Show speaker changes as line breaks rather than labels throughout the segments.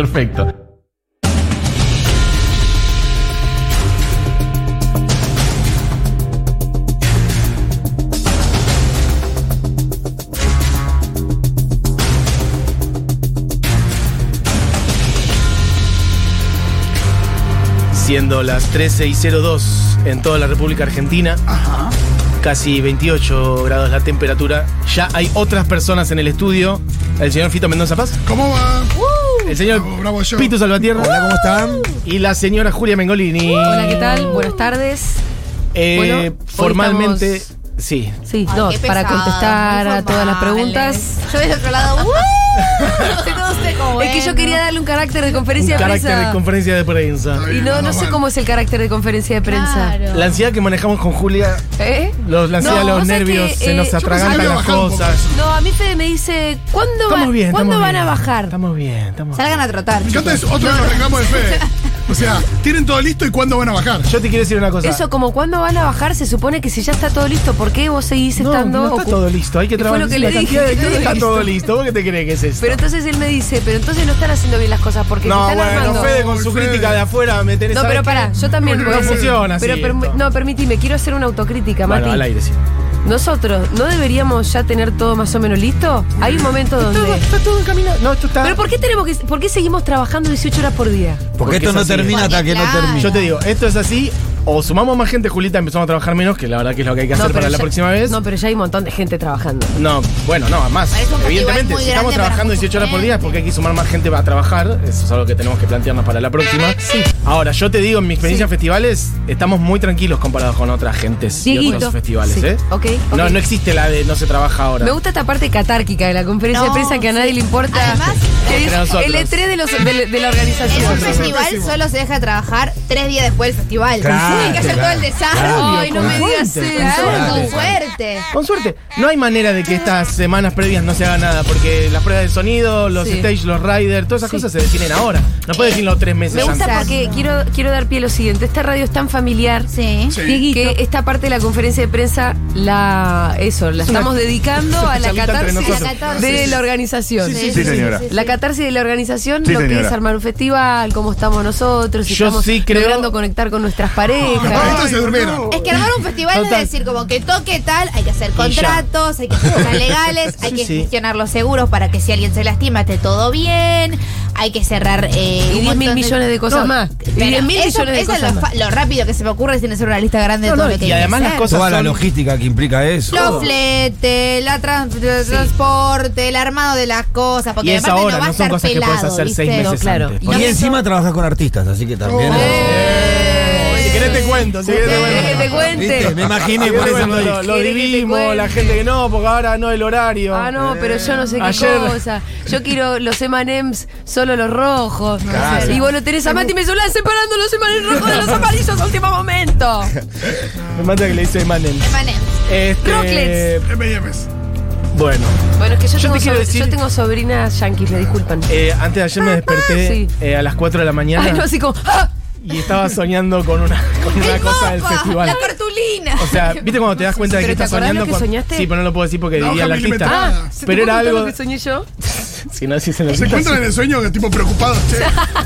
perfecto.
Siendo las 13 y 02 en toda la República Argentina,
Ajá.
casi 28 grados la temperatura. Ya hay otras personas en el estudio. El señor Fito Mendoza Paz,
¿Cómo va?
el señor
Bravo, bravo yo.
Pitu Salvatierra
Hola, ¿cómo están?
y la señora Julia Mengolini.
Hola, ¿qué tal? Buenas tardes.
Eh,
Bueno, hoy
formalmente,
estamos-
sí.
Sí,
Ay,
dos,
qué
para
pesado,
contestar a
informales.
todas las preguntas.
Yo del otro lado, ¡uh! no sé cómo
Es que yo quería darle un carácter de
Un
conferencia de
carácter de
prensa.
conferencia de prensa.
Ay,
y no, no
menos
sé
mal.
cómo es el carácter de conferencia de prensa.
Claro.
La ansiedad que manejamos con Julia,
¿Eh?
los, la ansiedad,
No,
los
vos sabés
nervios,
que,
se
eh,
nos
yo pensé que
atragantan
había
las
bajado un poco
cosas.
No, a mí Fede me dice, ¿cuándo, va-
Estamos bien.
¿cuándo
estamos
van
bien.
a bajar?
Estamos bien, estamos bien.
Salgan a trotar.
Me encanta
chicos.
eso. Otro de los reclamos de Fede. O sea, tienen todo listo y cuándo van a bajar.
Yo te quiero decir una cosa.
Eso, como cuándo van a bajar, se supone que si ya está todo listo, ¿por qué vos seguís
no,
estando
no
ocu-
está todo listo. Hay que
Que fue
trabajar.
lo que
la
le dije,
cantidad de
que
gente
todo
está
listo.
todo listo. ¿Vos qué te crees que es eso?
Pero entonces él me dice, pero entonces no están haciendo bien las cosas porque
no,
se están
bueno,
armando.
Fede con su
Uy, Fede.
crítica de afuera me tenés
No,
¿sabes
pero
qué?
pará, yo también.
No
porque-
funciona así
Pero perm-
esto.
no, permitime, quiero hacer una autocrítica,
Bueno,
Mati.
al aire sí.
Nosotros, ¿no deberíamos ya tener todo más o menos listo? Hay un momento
Todo-
donde.
está todo encaminado. No, esto está.
¿Pero por qué tenemos que, por qué seguimos trabajando 18 horas por día?
Porque
Porque esto
es
no
así.
termina hasta que no
Claro.
termine.
Yo te digo, esto es así. O sumamos más gente, Julita, empezamos a trabajar menos, que la verdad que es lo que hay que hacer
pero
para la
ya-
próxima vez.
No, pero ya hay un montón de gente trabajando.
No, bueno, no, más.
Parece un motivo
Evidentemente,
muy
si estamos
grande para
trabajando 18 horas por día es porque hay que sumar más gente para trabajar. Eso es algo que tenemos que plantearnos para la próxima.
Sí.
Ahora, yo te digo, en mi experiencia en
Sí.
festivales, estamos muy tranquilos comparados con otras gentes y
Dieguito.
otros festivales,
Sí.
¿eh?
Ok,
No,
ok.
no existe la de no se trabaja ahora.
Me gusta esta parte catárquica de la conferencia
No,
de prensa que a
sí.
nadie le importa.
Además,
Que
Entre
es
nosotros.
el E3 de, los, de, de la organización.
En un
Nosotros
festival
decimos.
solo se deja trabajar tres días después del festival.
Claro,
Tienen que hacer todo el desastre.
Claro,
Ay, no
con
me digas
suerte,
eso.
con
Claro,
suerte.
Con suerte.
Con suerte, no hay manera de que estas semanas previas no se haga nada, porque las pruebas de sonido, los
Sí.
stage, los riders, todas esas
Sí. Eh,
cosas se definen ahora. No puedes definirlo tres meses
Me gusta
antes.
porque quiero, quiero dar pie a lo siguiente. Esta radio es tan familiar.
Sí.
Sí.
Que esta parte de la conferencia de prensa la eso la estamos dedicando a la
charlita entre
catarsis
nosotros.
de la organización.
Sí,
sí, señora.
sí, sí.
La catarsis de la organización,
Sí,
lo que
señora.
es armar un festival, cómo estamos nosotros, si
Yo
estamos
sí creo-
logrando conectar con nuestras
Ah,
parejas.
estos se durmieron.
Es que armar un festival
Total.
es decir, como que toque tal, hay que hacer
ya.
contratos, hay que hacer cosas legales, hay
Sí,
que
sí.
gestionar los seguros para que si alguien se lastima esté todo bien, hay que cerrar. Eh,
Y 10
un
mil
montón de-
millones de cosas
No,
más. Y
pero
10 mil
eso-
millones de
eso es
cosas
lo,
más.
fa- lo rápido que se me ocurre es tener una lista grande de
No,
todo
no,
lo que
y
hay que
además las
hacer.
cosas
Toda la
son-
logística que implica eso.
Los fletes, la trans- el transporte, el armado de las cosas, porque
Y es
aparte
ahora,
no va
no
a
son
estar
cosas que
pelado,
puedes hacer
¿viste?
seis meses
No, claro.
antes.
Y
Y encima trabajas con artistas, así que también.
Oh.
Si querés te cuento, si querés te
Eh,
cuento.
te
¿Viste? Me
cuente.
imaginé, por eso no
Bueno,
dije.
lo, lo
¿Querés que te
dividimos,
cuente?
la gente que no, porque ahora no el horario.
Ah, no, pero yo no sé qué
Ayer-
cosa. Yo quiero los M&M's, solo los rojos.
Claro.
Y vos lo tenés a Mati Mesolán separando los M&M's
Ah,
rojos de los amarillos a último momento.
Me mata que le dice Manem.
Permanente.
Este,
Rocklets.
M&M's.
Bueno,
Bueno, es que
Yo
yo,
te
tengo,
quiero
sobre-
decir-
yo tengo sobrinas yanquis, me disculpan.
eh, antes de ayer me desperté
Ah, Sí.
eh, a las 4 de la mañana
Ay, no, así como... ¡ah!
y estaba soñando con una, con una
El
cosa del
mapa,
festival.
la cartulina.
O sea, ¿viste cuando te das cuenta de que
¿Pero te
estás
acordás
soñando?
lo que
con-
soñaste?
Sí, pero no lo puedo decir porque
La
diría
hoja
la artista.
milimetrada.
Ah, ¿se te
Pero
puedo
era
contar
algo-
lo que soñé yo?
Si no, si se lo
Se encuentran en el sueño que tipo preocupados, che.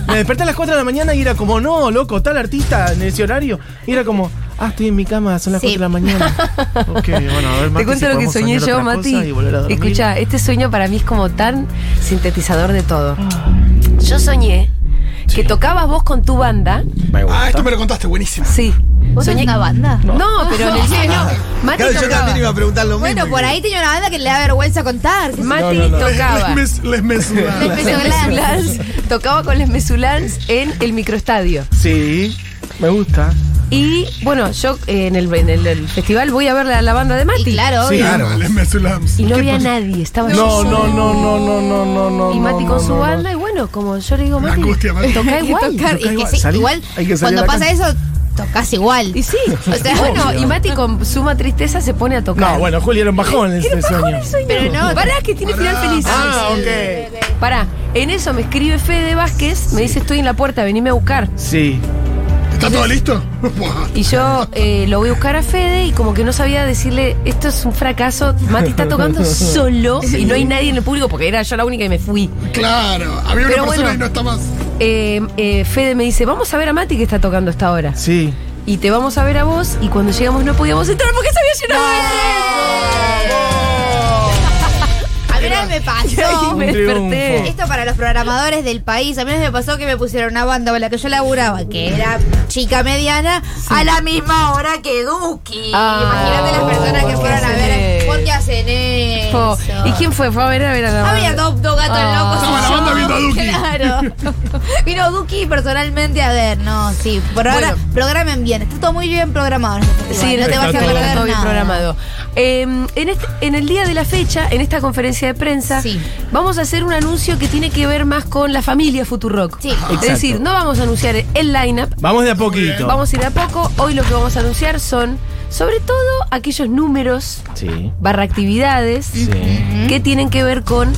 Me desperté a las 4 de la mañana y era como, no, loco, tal artista en ese horario. Y era como, ah, estoy en mi cama, son las 4
Sí.
de la mañana. ok, bueno, a ver, Mati,
Te cuento
si
lo que
podemos soñar
soñé yo,
otra cosa
Mati.
y volver a dormir.
Escucha, este sueño para mí es como tan sintetizador de todo. Yo soñé que tocabas vos con tu banda.
Me gusta.
Ah, esto me lo contaste, buenísimo. Ah,
Sí.
¿Vos
Soñé-
tenés una banda?
No, pero en el sueño. Mati
Claro, yo
tocaba.
también iba a preguntar lo mismo.
Bueno, por ahí tenía una banda que le da vergüenza contar. ¿sí?
Mati
Les,
tocaba.
mes- les mesura.
Les
Les
Mesulans.
Mesulans. tocaba con los Mesulans en el microestadio.
Sí, me gusta.
Y bueno, yo eh, en, el, en el- el festival voy a ver la, la banda de
Y
Mati.
claro, obvio.
Claro.
Les mesulams.
Y no
¿Qué
había
pasó?
nadie, estaba yo
No,
sola.
no, no, no, no, no, no, no.
Y Mati
no,
con
no,
su
no.
banda, y bueno, como yo le digo,
La
Mati,
angustia, Mati.
toca
Hay que
igual.
tocar,
Toca
y que
igual,
sí,
salí,
igual
hay que salir a
cuando
la
pasa
cancha.
eso, tocas igual.
Y sí, o sea,
Obvio.
bueno, y Mati con suma tristeza se pone a tocar.
No, bueno, Juli era un bajón en
Era
ese
bajón
sueño.
el sueño.
Pero no,
Pará, que tiene final feliz.
Ah, ok.
Pará, en eso me escribe Fede Vázquez, me dice, estoy en la puerta, venime a buscar.
Sí.
¿Está todo listo? Buah.
Y yo eh, lo voy a buscar a Fede y como que no sabía decirle, esto es un fracaso, Mati está tocando solo y no hay nadie en el público porque era yo la única y me fui.
Claro, había una
Pero
persona
bueno.
y no está más.
Eh, eh, Fede me dice, vamos a ver a Mati que está tocando hasta ahora.
Sí.
Y te vamos a ver a vos y cuando llegamos no podíamos entrar porque se había llenado de gente.
A mí una vez me
Y
pasó.
me
triunfo.
desperté.
Esto para los programadores del país. A mí me pasó que me pusieron una banda con la que yo laburaba, que era chica mediana, a la misma hora que Duki.
Ah.
Imagínate las personas que
¿Por qué
fueron a
hacen
ver.
eso?
¿Por qué hacen eso?
Fo. ¿Y quién fue? Fue a ver a ver a la
Había dos, dos gatos
Ah.
Estaba
locos.
la banda viendo a Duki.
Claro. Vino Duki personalmente a ver. No, sí. Por ahora,
Bueno.
programen bien. Está todo muy bien programado. en este
Sí,
festival. no te vas a
todo,
perder
todo bien
nada.
programado. Eh, en, este- en el día de la fecha, en esta conferencia de prensa,
Sí.
vamos a hacer un anuncio que tiene que ver más con la familia Futurock.
Sí.
Es decir, no vamos a anunciar el lineup,
Vamos de a poquito.
vamos a ir a poco. Hoy lo que vamos a anunciar son, sobre todo, aquellos números
Sí.
barra actividades
Sí.
que tienen que ver con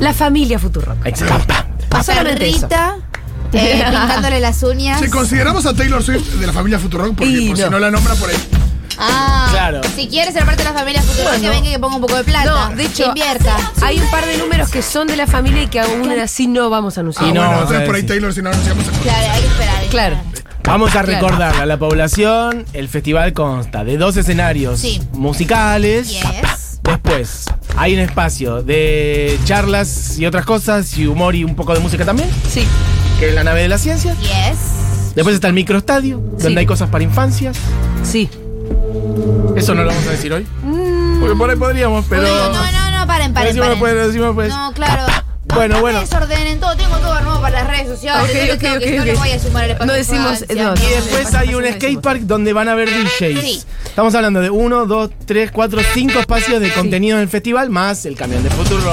la familia Futurock.
Exacto.
A
Solamente eso.
Perrita, eh, pintándole las uñas.
Si consideramos a Taylor Swift de la familia Futurock, porque
Y
por
no.
si no la nombra por ahí.
Ah,
Claro.
Si quieres ser parte de la familia futuro, que
Bueno.
venga y que ponga un poco de plata.
No, de hecho,
Que invierta.
Hay un par de números que son de la familia y que aún así no vamos a
Ah,
anunciar.
Y no,
bueno,
vamos a
entonces
ver,
por ahí
sí.
Taylor si no anunciamos el
Claro, hay que esperar. hay que
Claro.
esperar.
Vamos a
Claro.
recordarle a la población, el festival consta de dos escenarios
Sí.
musicales.
Yes.
Después hay un espacio de charlas y otras cosas y humor y un poco de música también,
Sí.
que es la nave de la ciencia.
Yes.
Después está el microestadio,
Sí.
donde hay cosas para infancias.
Sí.
Eso no lo vamos a decir hoy. Porque por ahí podríamos, pero...
Mm. No, no, no, no, paren,
Lo
paren.
decimos
paren.
después, lo decimos pues. después.
No, claro. No,
Bueno,
no
bueno.
Me desordenen todo, tengo todo armado para las redes sociales.
Ok,
yo
ok,
creo que
ok,
yo
ok.
le voy a sumar el espacio
No
de
decimos-
infancia,
no, Ah,
Y
no,
después
pasa,
hay
pasa,
un
no decimos.
skatepark donde van a haber DJs.
Sí.
Estamos hablando de 1, 2, 3, 4, 5 espacios de contenido en el festival, más el camión de Futuro,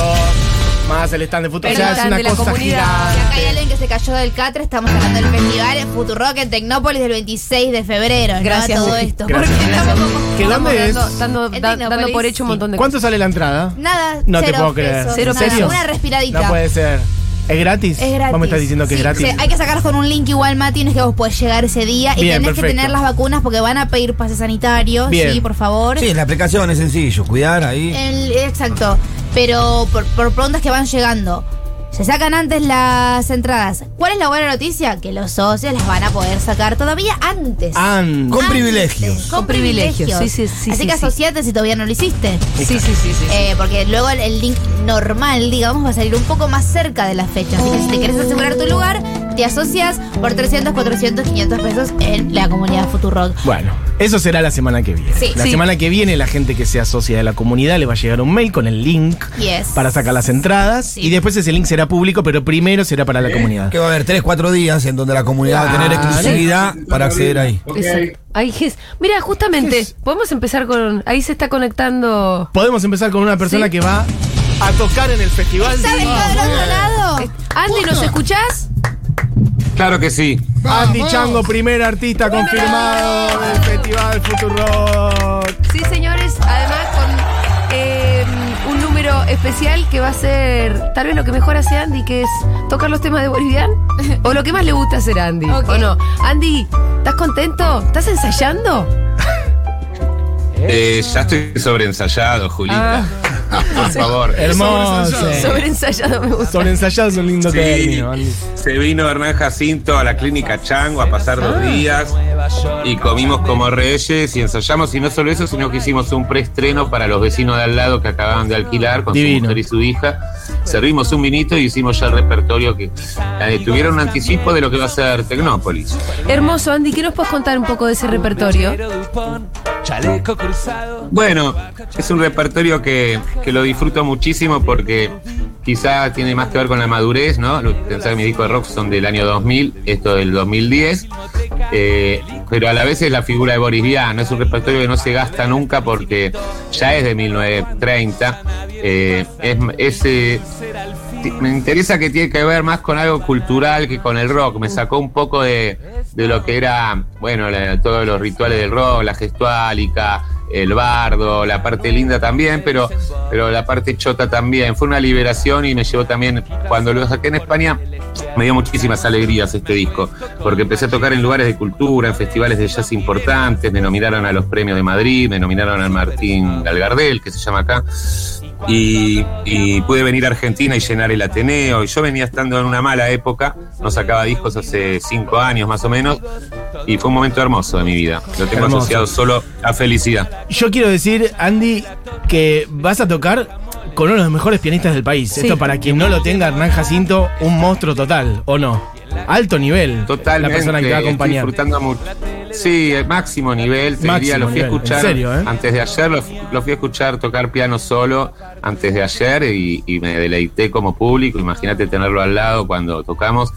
más el stand de Futuro.
El
o sea, es
stand
una
de la
cosa
comunidad.
Y acá hay
gigante.
alguien que se cayó del catre, estamos hablando del festival Futurock en Tecnópolis del 26 de febrero. ¿no?
Gracias.
Todo esto.
Gracias.
Porque
Gracias.
estamos como-
¿Que
Estamos
dónde es?
dando- dando-
En
da- dando por
Tecnópolis,
hecho un montón de
¿Cuánto sale la entrada?
Nada,
No te
cero
puedo creer.
pesos,
Cero
nada,
pesos.
Una respiradita.
No puede ser. ¿Es gratis?
Es gratis.
Vos me estás diciendo que
Sí,
es gratis.
sí, hay que sacar con un link igual, Mati, no es que vos podés llegar ese día. y
Bien,
tenés que
perfecto.
tener las vacunas porque van a pedir pase sanitario.
Bien.
Sí, por favor.
Sí, en la aplicación es sencillo, cuidar ahí.
El- exacto. Pero por, por prontas que van llegando. Se sacan antes las entradas. ¿Cuál es la buena noticia? Que los socios las van a poder sacar todavía antes.
And-
Con
Antes.
privilegios.
Con
Con privilegios,
privilegios.
sí, sí, sí,
Así
sí,
que
sí.
asociate si todavía no lo hiciste.
Sí, sí, sí, sí.
Eh, porque luego el, el link normal, digamos, va a salir un poco más cerca de la fecha. Así que si te quieres asegurar tu lugar, te asocias por 300, 400, 500 pesos en la comunidad Futurock.
Bueno, eso será la semana que viene.
Sí.
la
Sí.
semana que viene la gente que se asocia de la comunidad le va a llegar un mail con el link
Yes.
para sacar las entradas
Sí.
y después ese link será público, pero primero será para la comunidad.
Que va a haber 3, 4 días en donde la comunidad va a tener
Claro.
exclusividad para acceder ahí.
Exacto. Ahí es. Mira, justamente, podemos empezar con. Ahí se está conectando.
Podemos empezar con una persona
Sí.
que va a tocar en el festival. Ah,
¿Sabes todo del otro lado?
Andy, ¿nos escuchás?
Claro que sí.
Andy
Vamos.
Chango, primer artista confirmado del Festival Futurock.
Sí, señores. Además, con eh, un número especial que va a ser tal vez lo que mejor hace Andy, que es tocar los temas de Bolivian. o lo que más le gusta hacer a Andy.
Ok.
¿O no? Andy, ¿estás contento? ¿Estás ensayando?
Eh, ya estoy sobreensayado,
Ah,
Julita. Por favor.
Hermoso.
Sobre ensayado Ah. me gusta.
Sobre ensayado es un lindo
Sí.
término, Andy.
Se vino Hernán Jacinto a la clínica Chango a pasar
Ah.
dos días y comimos como reyes y ensayamos y no solo eso, sino que hicimos un preestreno para los vecinos de al lado que acababan de alquilar con
Divino.
su mujer y su hija. Servimos un vinito y hicimos ya el repertorio que eh, tuvieron un anticipo de lo que va a ser Tecnópolis.
Hermoso, Andy, ¿qué nos puedes contar un poco de ese repertorio?
Chaleco cruzado.
Bueno, es un repertorio que, que lo disfruto muchísimo porque quizá tiene más que ver con la madurez, ¿no? Lo- Pensar que mi disco de rock son del año 2000, esto del 2010, eh, pero a la vez es la figura de Boris Vian, es un repertorio que no se gasta nunca porque ya es de 1930, eh, es, es, eh, ti- me interesa que tiene que ver más con algo cultural que con el rock. Me sacó un poco de, de lo que era, bueno, la- todos los rituales del rock, la gestuálica, el bardo, la parte linda también, pero, pero la parte chota también. Fue una liberación y me llevó también, cuando lo saqué en España, me dio muchísimas alegrías este disco, porque empecé a tocar en lugares de cultura, en festivales de jazz importantes, me nominaron a los premios de Madrid, me nominaron al Martín Galgardel, que se llama acá, y, y pude venir a Argentina y llenar el Ateneo, y yo venía estando en una mala época, no sacaba discos hace cinco años más o menos, y fue un momento hermoso de mi vida, lo tengo
Hermoso.
asociado solo a felicidad.
Yo quiero decir, Andy, que vas a tocar con uno de los mejores pianistas del país.
Sí.
Esto para quien no lo tenga, Hernán Jacinto, un monstruo total, ¿o no? Alto nivel.
Totalmente,
La persona que te va a
estoy
acompañar.
disfrutando mucho. Sí, el máximo nivel, te
Máximo
diría, lo fui a
nivel,
escuchar
en serio, ¿eh?
antes de ayer, lo, fu- lo fui a escuchar tocar piano solo antes de ayer y, y me deleité como público, imagínate tenerlo al lado cuando tocamos,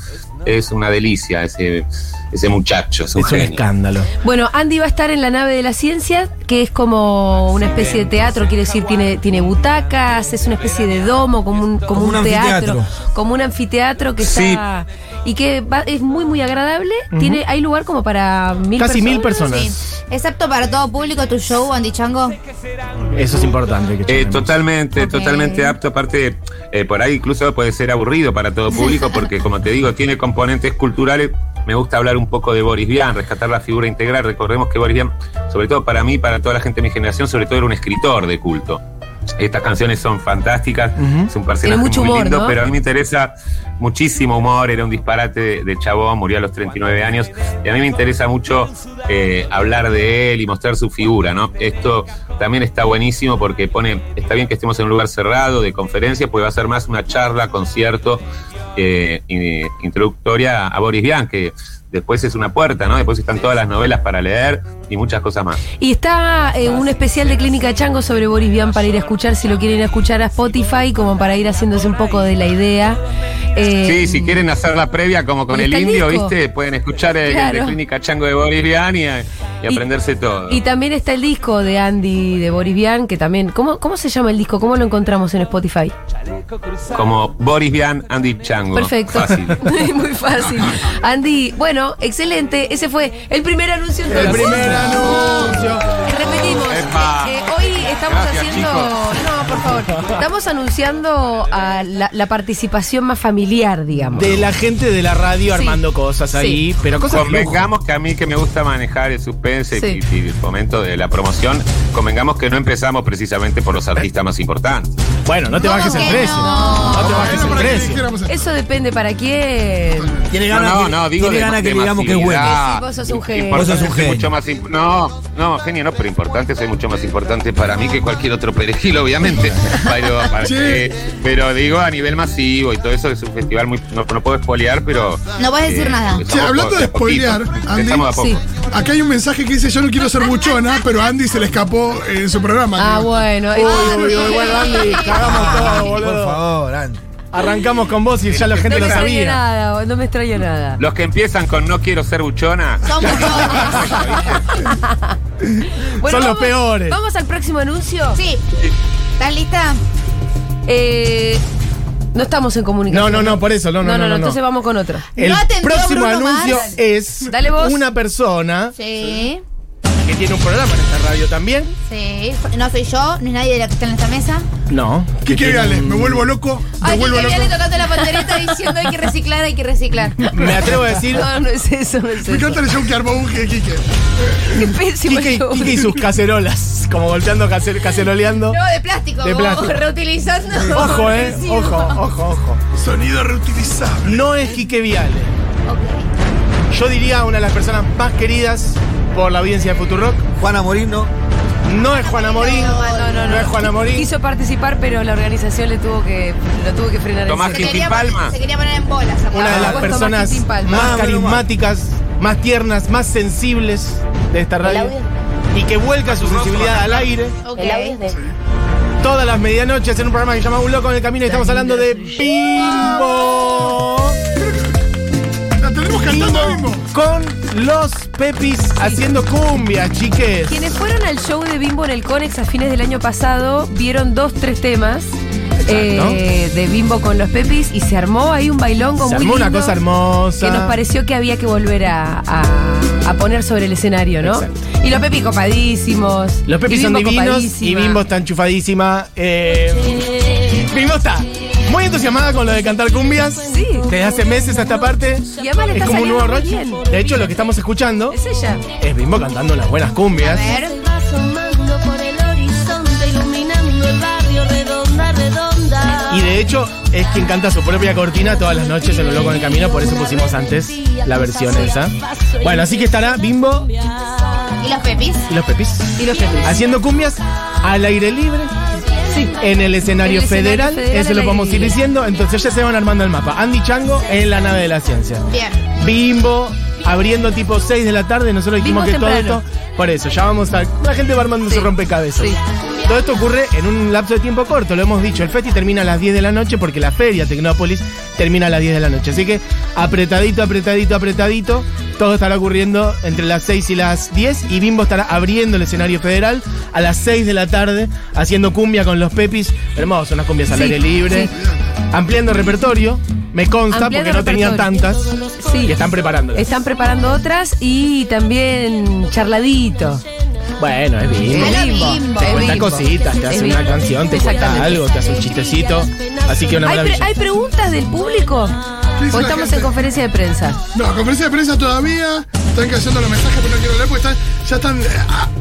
es una delicia ese, ese muchacho, es un
Es un
genio.
escándalo.
Bueno, Andy va a estar en la nave de la ciencia, que es como una especie de teatro, quiere decir, tiene, tiene butacas, es una especie de domo, como un, como
Como
un
un
teatro,
anfiteatro.
como un anfiteatro que
Sí.
está... Y que va- es muy, muy agradable. tiene Hay lugar como para mil
Casi mil personas.
Sí. ¿Es apto para todo público tu show, Andy Chango?
Eso es importante. que
Eh,
charlemos.
totalmente,
Ok.
totalmente apto. Aparte, eh, por ahí incluso puede ser aburrido para todo público, porque como te digo, tiene componentes culturales. Me gusta hablar un poco de Boris Vian, rescatar la figura integral. Recordemos que Boris Vian, sobre todo para mí, para toda la gente de mi generación, sobre todo era un escritor de culto. Estas canciones son fantásticas,
Ujú.
es un personaje
Tiene mucho
muy
humor,
lindo,
¿no?
pero a mí me interesa muchísimo humor, era un disparate de, de chabón, murió a los 39 años, y a mí me interesa mucho eh, hablar de él y mostrar su figura, ¿no? Esto también está buenísimo porque pone, está bien que estemos en un lugar cerrado de conferencia, pues va a ser más una charla, concierto, eh, in- introductoria a Boris Vian, que después es una puerta, ¿no? Después están todas las novelas para leer y muchas cosas más.
Y está eh, un especial de Clínica Chango sobre Boris Vian para ir a escuchar, si lo quieren ir a escuchar a Spotify, como para ir haciéndose un poco de la idea. Eh,
Sí, si quieren hacer la previa como con
Y
el
está el
indio,
disco.
¿viste? Pueden escuchar el, el
Claro.
de Clínica Chango de Boris Vian y, y aprenderse todo.
Y también está el disco de Andy de Boris Vian, que también. ¿Cómo, cómo se llama el disco? ¿Cómo lo encontramos en Spotify?
como Boris Vian, Andy
Ah,
Chango.
Perfecto.
Fácil.
Muy fácil. Andy, bueno, excelente. Ese fue el primer anuncio entonces.
El primer anuncio.
Repetimos,
Epa.
eh, hoy estamos
Gracias,
haciendo.
chicos.
No, por favor. Estamos anunciando a la, la participación más familiar, digamos.
De la gente de la radio
Sí.
armando cosas
Sí.
ahí, pero cosas de lujo.
Convengamos que a mí que me gusta manejar el suspense
Sí.
y, y el momento de la promoción, convengamos que no empezamos precisamente por los artistas más importantes.
Bueno, no te
¿Cómo
bajes el
que
precio.
no?
No Ah, te bajes
Bueno,
el
para que
precio.
quisiéramos hacer.
Eso depende para quién.
Tiene
No,
ganas
no,
que,
no, digo
tiene
de,
ganas
de
que digamos que es bueno.
masividad.
Ah,
Sí, vos sos un
Eh,
genio.
Importante,
Vos sos un genio.
Mucho más imp- no, no, genio no, pero importante, soy mucho más importante para mí que cualquier otro perejil, obviamente. pero, para-
Sí.
eh, pero digo a nivel masivo y todo eso es un festival muy... No, no puedo spoilear, pero... eh,
No puedes
Eh,
decir nada.
empezamos
Che, hablando
po-
de
a poquito.
spoilear, Andy.
Empezamos a poco.
Sí.
Acá hay un mensaje que dice: Yo no quiero ser buchona, pero a Andy se le escapó en su programa.
Ah, bueno.
Uy, uy, uy, bueno, Andy, cagamos todo,
Por
boludo.
favor, Andy.
Arrancamos con vos y ya la
No
gente
me
lo
extraña
sabía.
nada, no me extraña nada.
Los que empiezan con no quiero ser buchona,
Somos jóvenes.
Son los
vamos-
peores.
Vamos al próximo anuncio.
Sí. ¿Estás lista?
Eh, no estamos en comunicación.
No, no, no, por eso, no, no, no, no, no.
entonces vamos con otro.
El
¿No atendió
próximo
Bruno
anuncio
Mars?
es
Dale vos.
una persona
Sí.
que tiene un programa en esta radio también.
Sí. No soy yo, ni nadie de la que está en esta mesa.
No.
¿Qué quiere Gale? Me vuelvo loco. Me
Ay, que
vuelvo loco.
viene tocando la pandereta diciendo hay que reciclar, hay que reciclar.
Me atrevo a decir
No, no es eso, no es
Me
eso.
encanta el show que armó Uge de Quique.
Qué pésimo
Kike,
show.
Kike y sus cacerolas, como golpeando, cacer- caceroleando.
No, de plástico,
De
o
plástico.
reutilizando.
Ojo, eh,
Sí,
ojo, ojo, ojo.
Sonido reutilizable.
No es Quique Viale.
Ok.
Yo diría una de las personas más queridas por la audiencia de Futurock.
Juana Morino.
No es Juana Morín.
No, no, no.
No es Juana Morín.
Quiso participar, pero la organización le tuvo que, lo tuvo que frenar. en
Tomás
seco.
Se
Quintín
quería,
Palma.
se quería poner en bolas. acá.
Una de las
Puesto
personas
Martín Palma.
más
Ah, bueno,
carismáticas, más tiernas, más sensibles de esta radio.
audio.
Y que vuelca su sensibilidad al aire.
Ok.
El audio es de
Todas las medianoches en un programa que se llama Un Loco en el Camino y estamos hablando de Bimbo.
La tenemos cantando mismo.
Con los Pepis haciendo cumbia, chiques.
Quienes fueron al show de Bimbo en el Conex a fines del año pasado vieron dos, tres temas. eh, de Bimbo con los Pepis y se armó ahí un bailongo
Se
muy
armó una
lindo
cosa hermosa.
que nos pareció que había que volver a, a- a poner sobre el escenario, ¿no?
Exacto.
Y los Pepis copadísimos.
Los Pepis
y
son
Bimbo
divinos y
copadísima.
Bimbo está enchufadísima. Eh, Bimbo está muy entusiasmada con lo de cantar cumbias.
Sí.
Desde hace meses a esta parte.
Y además le
es
está
como un
saliendo
nuevo
muy
rol.
bien.
De hecho, lo que estamos escuchando
Es ella.
es Bimbo cantando las buenas cumbias.
Asomando por el horizonte, iluminando el barrio redonda, redonda.
Y de hecho, es quien canta su propia cortina todas las noches en Los Locos en el Camino. Por eso pusimos antes la versión esa. Bueno, así que estará Bimbo
¿Y los pepis?
y los Pepis.
Y los Pepis.
haciendo cumbias al aire libre. En el escenario
En el escenario
federal,
federal
eso
al
lo
aire
podemos ir
libre.
diciendo. Entonces ya se van armando el mapa. Andy Chango en la nave de la ciencia.
Bien.
Bimbo abriendo tipo 6 de la tarde. Nosotros dijimos
Bimbo
que
temprano.
todo esto. Por eso, ya vamos a. La gente va armando
Sí.
su rompecabezas.
Sí.
Todo esto ocurre en un lapso de tiempo corto, lo hemos dicho. El festi termina a las 10 de la noche porque la feria Tecnópolis termina a las 10 de la noche. Así que apretadito, apretadito, apretadito. Todo estará ocurriendo entre las 6 y las 10 y Bimbo estará abriendo el escenario federal a las 6 de la tarde haciendo cumbia con los Pepis. Hermoso, unas cumbias al
Sí,
aire libre.
sí.
Ampliando repertorio, me consta
Ampliando
porque no tenían
repertorio.
tantas
Sí.
y están preparando.
Están preparando otras y también charladito.
Bueno, es Bimbo.
Hola,
Bimbo.
Bimbo.
Te
Es
cuenta
Bimbo.
cositas, te
Es
hace
Bimbo.
una canción, te
Exactamente.
cuenta algo, te hace un chistecito. Así que una
¿Hay,
maravilla.
pre- hay preguntas del público?
dice
O
la
estamos
gente?
en conferencia de prensa.
No, conferencia de prensa todavía. Están cayendo los mensajes, pero no quiero leer porque están, ya están eh,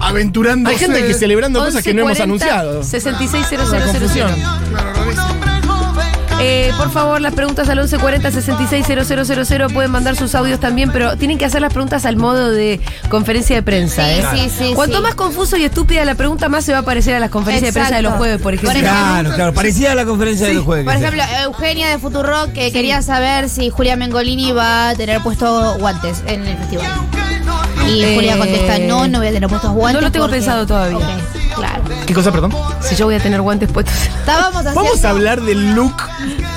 aventurando.
Hay gente que celebrando cosas que no hemos
1140
anunciado.
660000. Eh, por favor, las preguntas al 1140-660000 pueden mandar sus audios también, pero tienen que hacer las preguntas al modo de conferencia de prensa. ¿eh?
Sí, sí, sí.
Cuanto
sí.
más confuso y estúpida la pregunta, más se va a parecer a las conferencias de prensa de
Exacto.
los jueves, por ejemplo.
Por
Claro, claro. Parecía la conferencia del jueves. eh.
Por ejemplo, Eugenia de Futurock que quería saber si Julia Mengolini va a tener puesto guantes en el festival. Y
Eh,
Julia contesta, no, no voy a tener puestos guantes.
no lo tengo pensado todavía.
Ok, claro.
¿Qué cosa, perdón?
Si yo voy a tener guantes puestos.
Estábamos haciendo...
Vamos a hablar del look.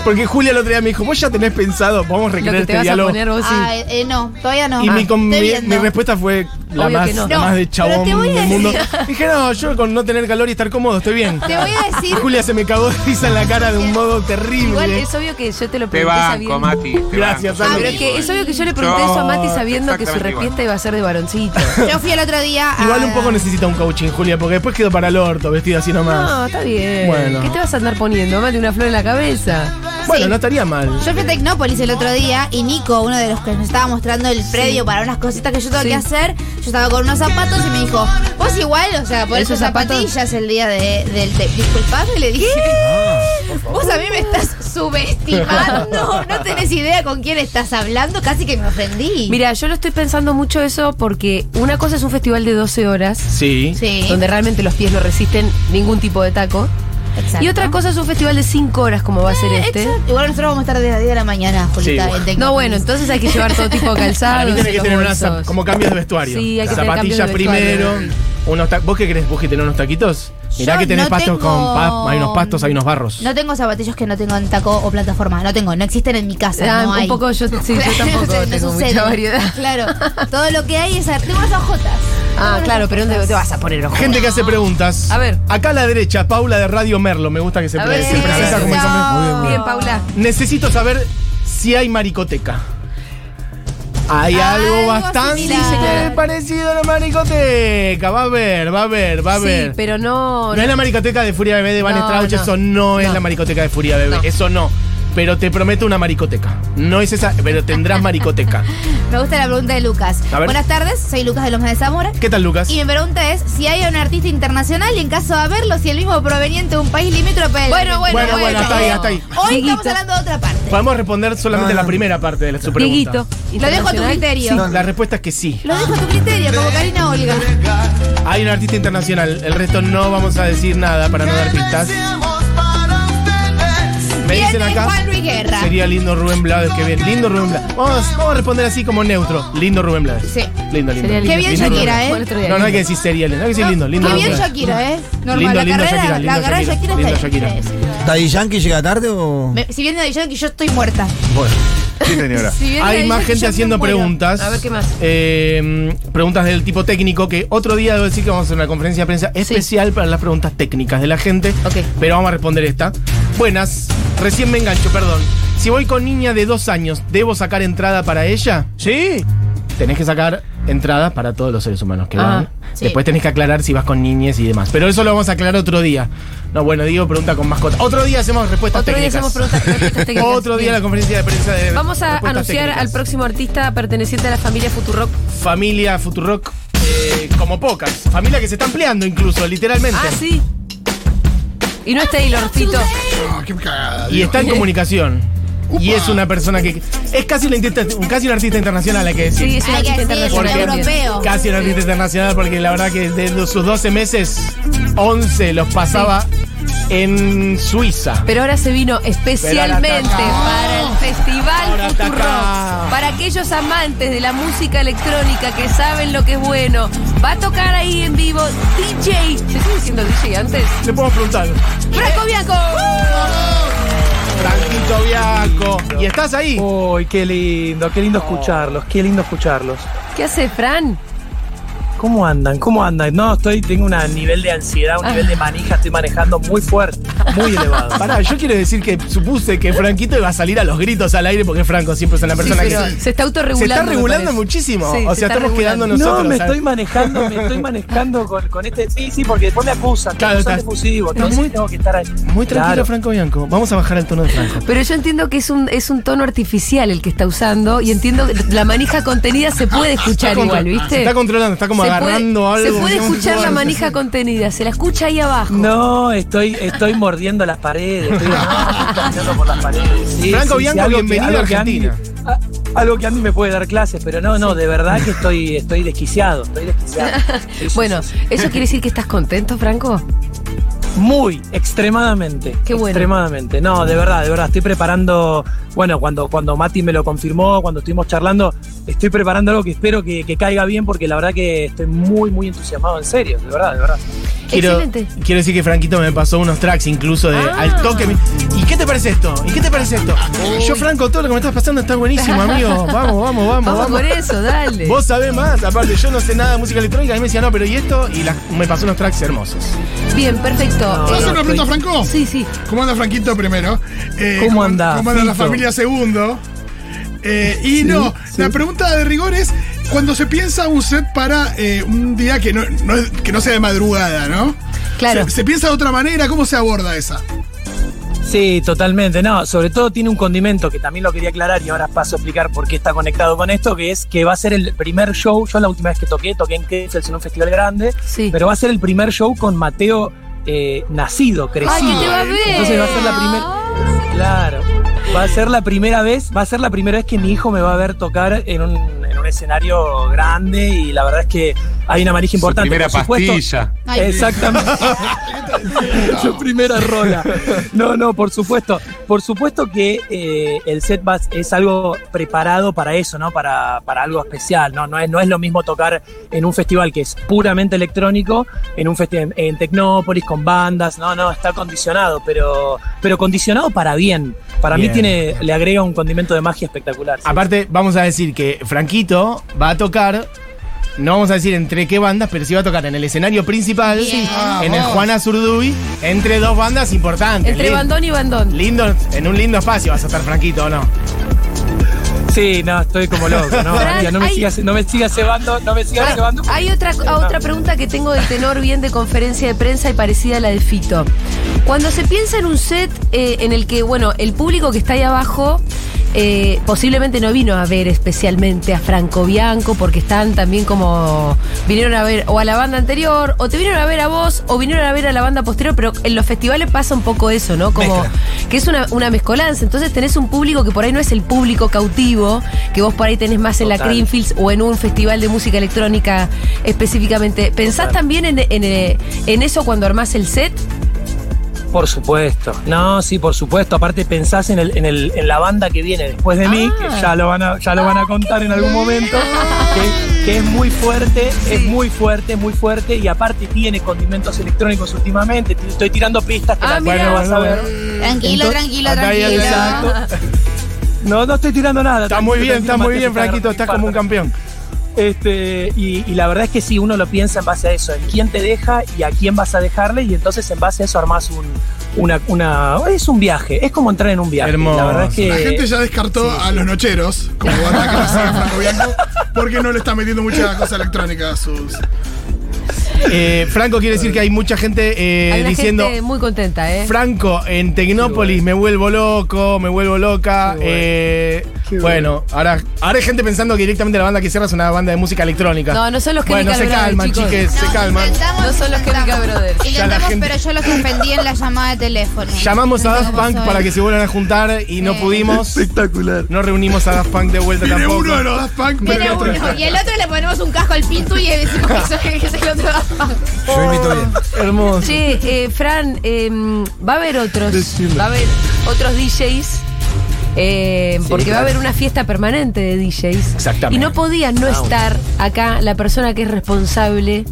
Porque Julia el otro día me dijo, vos ya tenés pensado, vamos a
Lo
recrear
que te
este
vas
diálogo.
a poner vos sí.
Ah, eh, no, todavía no.
Y
Ah,
mi, con- mi-
estoy viendo.
mi respuesta fue la
Obvio
más,
que no.
la
No,
más de
pero te
chabón
voy a
del
decir-
mundo. Dije, no, yo con no tener calor y estar cómodo, estoy bien.
Te voy a
Y
decir...
Julia se me cagó de risa en la cara de un modo terrible.
Igual es obvio que yo te lo
Te
pregunté
banco,
sabiendo.
Mati. te
Gracias,
banco.
Andy.
Pero es que es obvio que yo le pregunté eso a Mati sabiendo que su
exactamente igual.
refiesta iba a ser de varoncito.
Yo fui el otro día a...
Igual un poco necesita un coaching, Julia, porque después quedó para el orto, vestido así nomás.
No, está bien.
Bueno.
¿Qué te vas a andar poniendo? Mate una flor en la cabeza.
bueno,
sí.
no estaría mal.
Yo fui a Tecnópolis el otro día y Nico, uno de los que me estaba mostrando el predio para unas cositas que yo tengo
Sí.
que hacer, yo estaba con unos zapatos y me dijo, vos igual, o sea, por
¿Esos
esos
zapatos?
zapatillas el día de, del te Disculpame, le dije. Vos a mí me estás subestimando, no tenés idea con quién estás hablando, casi que me ofendí.
Mira, yo lo estoy pensando mucho eso porque una cosa es un festival de 12 horas,
Sí.
sí.
donde realmente los pies no resisten ningún tipo de taco.
Exacto.
Y otra cosa es un festival de 5 horas como va a ser este.
Eh, Exacto. Igual nosotros vamos a estar desde las 10 de la mañana, Julita,
bueno.
en Tecnópolis.
No, bueno, entonces hay que llevar todo tipo de
Para
calzado.
mí tiene que tener unas zap- como cambios de vestuario.
Sí, hay que tener
Zapatillas
cambios de
primero.
vestuario.
Unos ta- ¿Vos qué crees? ¿Vos que tenés unos taquitos? Mirá
Yo
que tenés
no
pastos
tengo-
con pas- Hay unos pastos, hay unos barros.
No tengo zapatillos que no tengan taco o plataforma. No tengo, no existen en mi casa. no
Ah, un
hay.
poco yo, sí, yo tampoco
O sea, no
tengo
sucede.
mucha variedad.
Claro, todo lo que hay es ar- tengo unas hojotas.
Ah, claro, pero ¿dónde te vas a poner ojo?
Gente que hace preguntas.
A ver.
Acá a la derecha, Paula de Radio Merlo. Me gusta que se,
A
pre-
ver,
se
sí,
presenta
sí,
como
sí.
siempre.
Bien, Paula.
Necesito saber si hay maricoteca. Hay algo
Algo
bastante
similar.
parecido a la maricoteca. Va a ver, va a ver, va a
Sí,
ver.
pero
No,
no.
es la maricoteca de Furia Bebé de Van
No,
Strauch,
no.
eso no, es
No.
la maricoteca de Furia Bebé,
No.
eso no. Pero te prometo una maricoteca. No es esa, pero tendrás maricoteca.
Me gusta la pregunta de Lucas.
A ver.
Buenas tardes, soy Lucas de Lomas de Zamora.
¿Qué tal, Lucas?
Y mi pregunta es si hay un artista internacional y en caso de haberlo, si el mismo proveniente de un país limítrofe. del-
Bueno, bueno,
Bueno, bueno, hasta ahí, hasta ahí.
Hoy estamos
Dieguito.
hablando de otra parte.
Podemos responder solamente
No, no.
la primera parte de la, su pregunta.
Dieguito.
Lo dejo a tu criterio.
No, La respuesta es que sí.
Lo dejo a tu criterio, como Karina Olga.
Hay un artista internacional, el resto no vamos a decir nada para no dar pistas. me dicen
Viene
acá.
Juan Luis Guerra.
Sería lindo Rubén Blades que bien. Lindo Rubén Blades. Vamos, vamos a responder así como neutro. Lindo Rubén Blades.
Sí.
Lindo, lindo.
Sería
Qué bien
lindo.
Shakira,
Fue el
¿eh?
otro día.
No, no hay que decir sería lindo, hay que decir lindo. lindo
Qué bien
Rubén Blades.
Shakira, ¿eh? Normal,
Lindo,
la
lindo
carrera,
Shakira, lindo
la carrera de
Shakira,
Shakira,
lindo
está
Shakira.
increíble.
¿Daddy Yankee llega tarde o.?
Me- Si viene de Yankee, yo estoy muerta.
Bueno, sí, señora.
Si bien le
Hay
dije
más
que
gente
yo me
haciendo
muero.
preguntas.
A ver qué más.
Eh, preguntas del tipo técnico que otro día debo decir que vamos a hacer una conferencia de prensa especial para las preguntas técnicas de la gente.
Ok.
Pero vamos a responder esta. Buenas, recién me engancho, perdón. Si voy con niña de dos años, ¿debo sacar entrada para ella? Sí. Tenés que sacar entradas para todos los seres humanos que
Ah,
van.
sí.
Después tenés que aclarar si vas con niñes y demás. Pero eso lo vamos a aclarar otro día. No, bueno, digo pregunta con mascota. Otro día hacemos respuestas
Otro día
técnicas.
hacemos preguntas respuestas técnicas.
Otro día
Bien.
la conferencia de prensa de
Vamos a
respuestas
anunciar
técnicas.
al próximo artista perteneciente a la familia Futurock.
familia Futurock eh, como pocas. Familia que se está ampliando incluso, literalmente.
Ah, sí. Y no es
Ah,
Taylor, Fito.
Ah,
No, qué cagada.
Y
Dios.
está en comunicación. Y es una persona que. Es casi, una intenta- casi un artista internacional, hay que decir.
Sí, es un
Hay que
artista
decirlo,
internacional.
un
también.
europeo.
Casi un artista internacional, porque la verdad que desde sus 12 meses, 11 los pasaba en Suiza.
Pero ahora se vino especialmente
Pero ahora
para el Festival
Ahora
Futurock.
está acá.
Para aquellos amantes de la música electrónica que saben lo que es bueno, va a tocar ahí en vivo DJ. ¿Te estoy diciendo DJ antes?
Le podemos preguntar.
¡Franco Bianco!
Franquito Bianco. ¿Y estás ahí? Oh.
Uy, qué lindo, qué lindo escucharlos, qué lindo escucharlos.
¿Qué hace Fran?
¿Cómo andan? ¿Cómo andan? No, estoy, tengo un nivel de ansiedad,
Ah.
un nivel de manija, estoy manejando muy fuerte, muy elevado.
Pará, yo quiero decir que supuse que Franquito iba a salir a los gritos al aire porque Franco siempre es una persona
Sí, pero
que
se está
Se
autorregulando.
está
me
regulando
parece.
muchísimo. o
Sí, se
sea,
está
estamos quedando
regulando.
nosotros.
No, me
¿sabes?
estoy manejando, me estoy manejando con, con este. Sí, sí, porque después me acusan, que
Claro,
son
estás-
efusivos,
estás
entonces
muy-
tengo que estar ahí.
Muy tranquilo,
Claro.
Franco Bianco. Vamos a bajar el tono de Franco.
Pero yo entiendo que es un, es un tono artificial el que está usando y entiendo que la manija contenida se puede escuchar igual,
Se
¿viste?
está controlando, está como
Se puede-
agarrando algo.
Se
como
puede
si fuera un
escuchar la
jugador.
manija contenida, se la escucha ahí abajo.
No, estoy, estoy mordiendo las paredes. Estoy caminando por las paredes. Sí,
Ah, Franco
sí, sí,
Bianco,
algo que-
bienvenido
algo
a
que Andy-
Argentina.
a- algo que Andy me puede dar clases, pero no, no, de verdad que estoy, estoy desquiciado, estoy desquiciado. Sí, sí,
Bueno,
sí.
¿eso quiere decir que estás contento, Franco?
muy, extremadamente.
Qué bueno.
Extremadamente. No, de verdad, de verdad, estoy preparando, bueno, cuando, cuando Mati me lo confirmó, cuando estuvimos charlando, estoy preparando algo que espero que, que caiga bien porque la verdad que estoy muy, muy entusiasmado, en serio, de verdad, de verdad.
Quiero,
Excelente.
quiero decir que Franquito me pasó unos tracks incluso de
Ah.
al toque. me- ¿Y qué te parece esto? ¿Y qué te parece esto? Yo, Franco, todo lo que me estás pasando está buenísimo, amigo. Vamos, vamos, vamos,
Vamos
vamos.
por eso, dale.
Vos sabés más, aparte yo no sé nada de música electrónica, a mí me decía, no, pero y esto, y la- me pasó unos tracks hermosos.
Bien, perfecto.
No,
Eh,
¿Puedo hacer una pregunta,
estoy-
Franco?
Sí, sí.
¿Cómo anda Franquito primero? Eh,
¿Cómo anda,
¿Cómo anda la
Fito?
familia segundo? Eh, y no, la pregunta de rigor es cuando se piensa un set para eh, un día que no, no es- que no sea de madrugada, ¿no?
Claro.
Se, se piensa de otra manera, ¿cómo se aborda esa?
Sí, totalmente. No, sobre todo tiene un condimento que también lo quería aclarar y ahora paso a explicar por qué está conectado con esto, que es que va a ser el primer show. Yo la última vez que toqué, toqué en Krefeld, en un festival grande,
Sí.
pero va a ser el primer show con Mateo eh, nacido, crecido.
Ay, que te va a ver.
Entonces va a ser la primera. Claro. Va a ser la primera vez, va a ser la primera vez que mi hijo me va a ver tocar en un, en un escenario grande y la verdad es que hay una manija
Su
importante.
primera
por supuesto.
pastilla.
Ay.
Exactamente. Su primera rola. No, no, por supuesto. Por supuesto que eh, el set va- es algo preparado para eso, ¿no? Para, para algo especial, ¿no? No es, no es lo mismo tocar en un festival que es puramente electrónico, en un festival en Tecnópolis, con bandas, no, no, está condicionado, pero, pero condicionado para bien. Para
Bien.
mí tiene, le agrega un condimento de magia espectacular. sí.
Aparte, vamos a decir que Franquito va a tocar. No vamos a decir entre qué bandas, pero sí va a tocar en el escenario principal,
Bien.
en el
Vamos.
Juana Zurduy, entre dos bandas importantes.
Entre
Lin-
bandón y bandón.
Lindo, en un lindo espacio vas a estar Franquito, ¿o no?
Sí, no, estoy como loco, no,
Fran,
María, no me
hay-
sigas, no me sigas cebando, no me sigas
Ah,
cebando.
Hay otra, otra pregunta que tengo de tenor bien de conferencia de prensa y parecida a la de Fito. Cuando se piensa en un set eh, en el que, bueno, el público que está ahí abajo eh, posiblemente no vino a ver especialmente a Franco Bianco porque están también como vinieron a ver o a la banda anterior o te vinieron a ver a vos o vinieron a ver a la banda posterior, pero en los festivales pasa un poco eso, ¿no? Como que es una, una mezcolanza. Entonces tenés un público que por ahí no es el público cautivo, que vos por ahí tenés más en la
Total.
Green Fields o en un festival de música electrónica específicamente. ¿Pensás también en, en, eh, en eso cuando armás el set?
Por supuesto. No, sí, por supuesto. Aparte pensás en, el, en, el, en la banda que viene después de mí,
Ah.
que ya lo van a, ya lo van a contar en algún momento, que, que es muy fuerte, es muy fuerte, muy fuerte, y aparte tiene condimentos electrónicos últimamente. T- Estoy tirando pistas que
Ah,
las
mirá.
vas a ver.
Tranquilo,
Entonces,
tranquilo,
acá hay
tranquilo.
adelanto.
No, no estoy tirando nada.
Está muy
tranquilo,
bien, está
tranquilo,
muy
Mateo, se
bien,
está
Franquito,
agarrando
estás como un
infarto.
campeón.
Este, y, y la verdad es que sí, uno lo piensa en base a eso, en quién te deja y a quién vas a dejarle, y entonces en base a eso armás un, una, una- Es un viaje, es como entrar en un viaje.
Hermoso.
La verdad es que.
La gente ya descartó a los nocheros, como banda que la sigue Franco Bianco, porque no le está metiendo mucha cosa electrónica a sus.
Eh, Franco quiere decir que hay mucha gente eh,
Hay una
diciendo.
gente muy contenta, ¿eh?
Franco, en Tecnópolis me vuelvo loco, me vuelvo loca.
Qué bueno.
eh,
Qué
bueno, ahora, ahora hay gente pensando que directamente la banda que cierra es una banda de música electrónica.
No, no son los
Bueno,
Chemical
se
Brothers,
calman,
chicos.
chiques, se
No,
calman.
intentamos,
No son los
intentamos.
Chemical Brothers.
Ya la
Intentamos,
gente-
pero yo los ofendí en la llamada de teléfono.
Llamamos a Daft Punk
Intentamos
para
hoy.
que se vuelvan a juntar y no
Eh.
Sí.
pudimos.
Espectacular.
No reunimos a Daft Punk de vuelta
Tiene
tampoco.
uno de los Daft Punk, pero
Viene
el otro
uno.
está.
Y el otro le ponemos un casco al pinto y decimos que eso- que es el otro Daft Punk.
Yo invito bien.
Hermoso.
Che, eh, Fran, eh, va a haber otros. Va a haber otros DJs. eh, porque va a haber una fiesta permanente de DJs.
Exactamente. Ah,
Y no podía no estar acá la persona que es responsable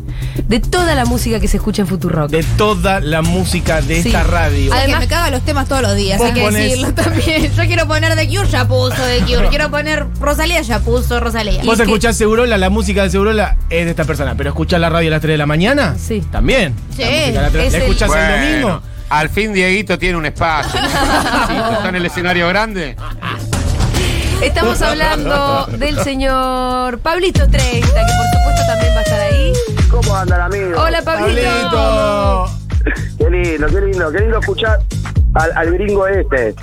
de toda la música que se escucha en Futurock.
De toda la música de
Sí.
esta radio.
Ay, Además-
que me caga los temas todos los días,
Vos
hay que
ponés-
decirlo también. Yo quiero poner The Cure, ya puso The Cure. Quiero poner Rosalía, ya puso Rosalía.
Vos
que-
escuchás Segurola, la música de Segurola es de esta persona, pero escuchás la radio a las 3 de la mañana,
Sí.
también.
Sí,
La música a las 3.
es
¿La
el-
escuchás el
Bueno,
domingo?
Al fin Dieguito tiene un espacio. Sí, está en el escenario grande.
Estamos hablando del señor Pablito 30, que por supuesto también va a estar ahí.
¿Cómo andan, amigos?
Hola, Pablito.
Pablito.
Qué lindo, qué lindo, qué lindo escuchar al, al gringo este.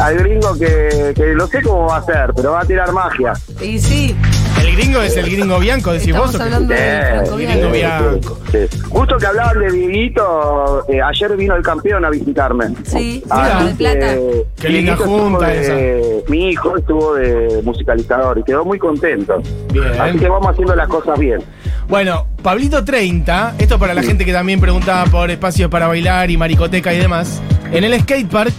al gringo que, que no sé cómo va a hacer, pero va a tirar magia.
Y sí,
El gringo es el gringo Bianco, decís
estamos
Pues vos. ¿o qué?
hablando de Franco
Sí,
Gringo
Bianchi.
sí,
Bianco.
Eh, sí, sí. Justo que hablaban de Dieguito, eh, ayer vino el campeón a visitarme.
Sí,
Así
Mar del Plata.
que
Qué linda
Dieguito
junta
estuvo de- Mi hijo estuvo de musicalizador y quedó muy contento.
Bien.
Así que vamos haciendo las cosas bien.
Bueno, Pablito 30, esto para la gente que también preguntaba por espacios para bailar y maricoteca y demás. En el skatepark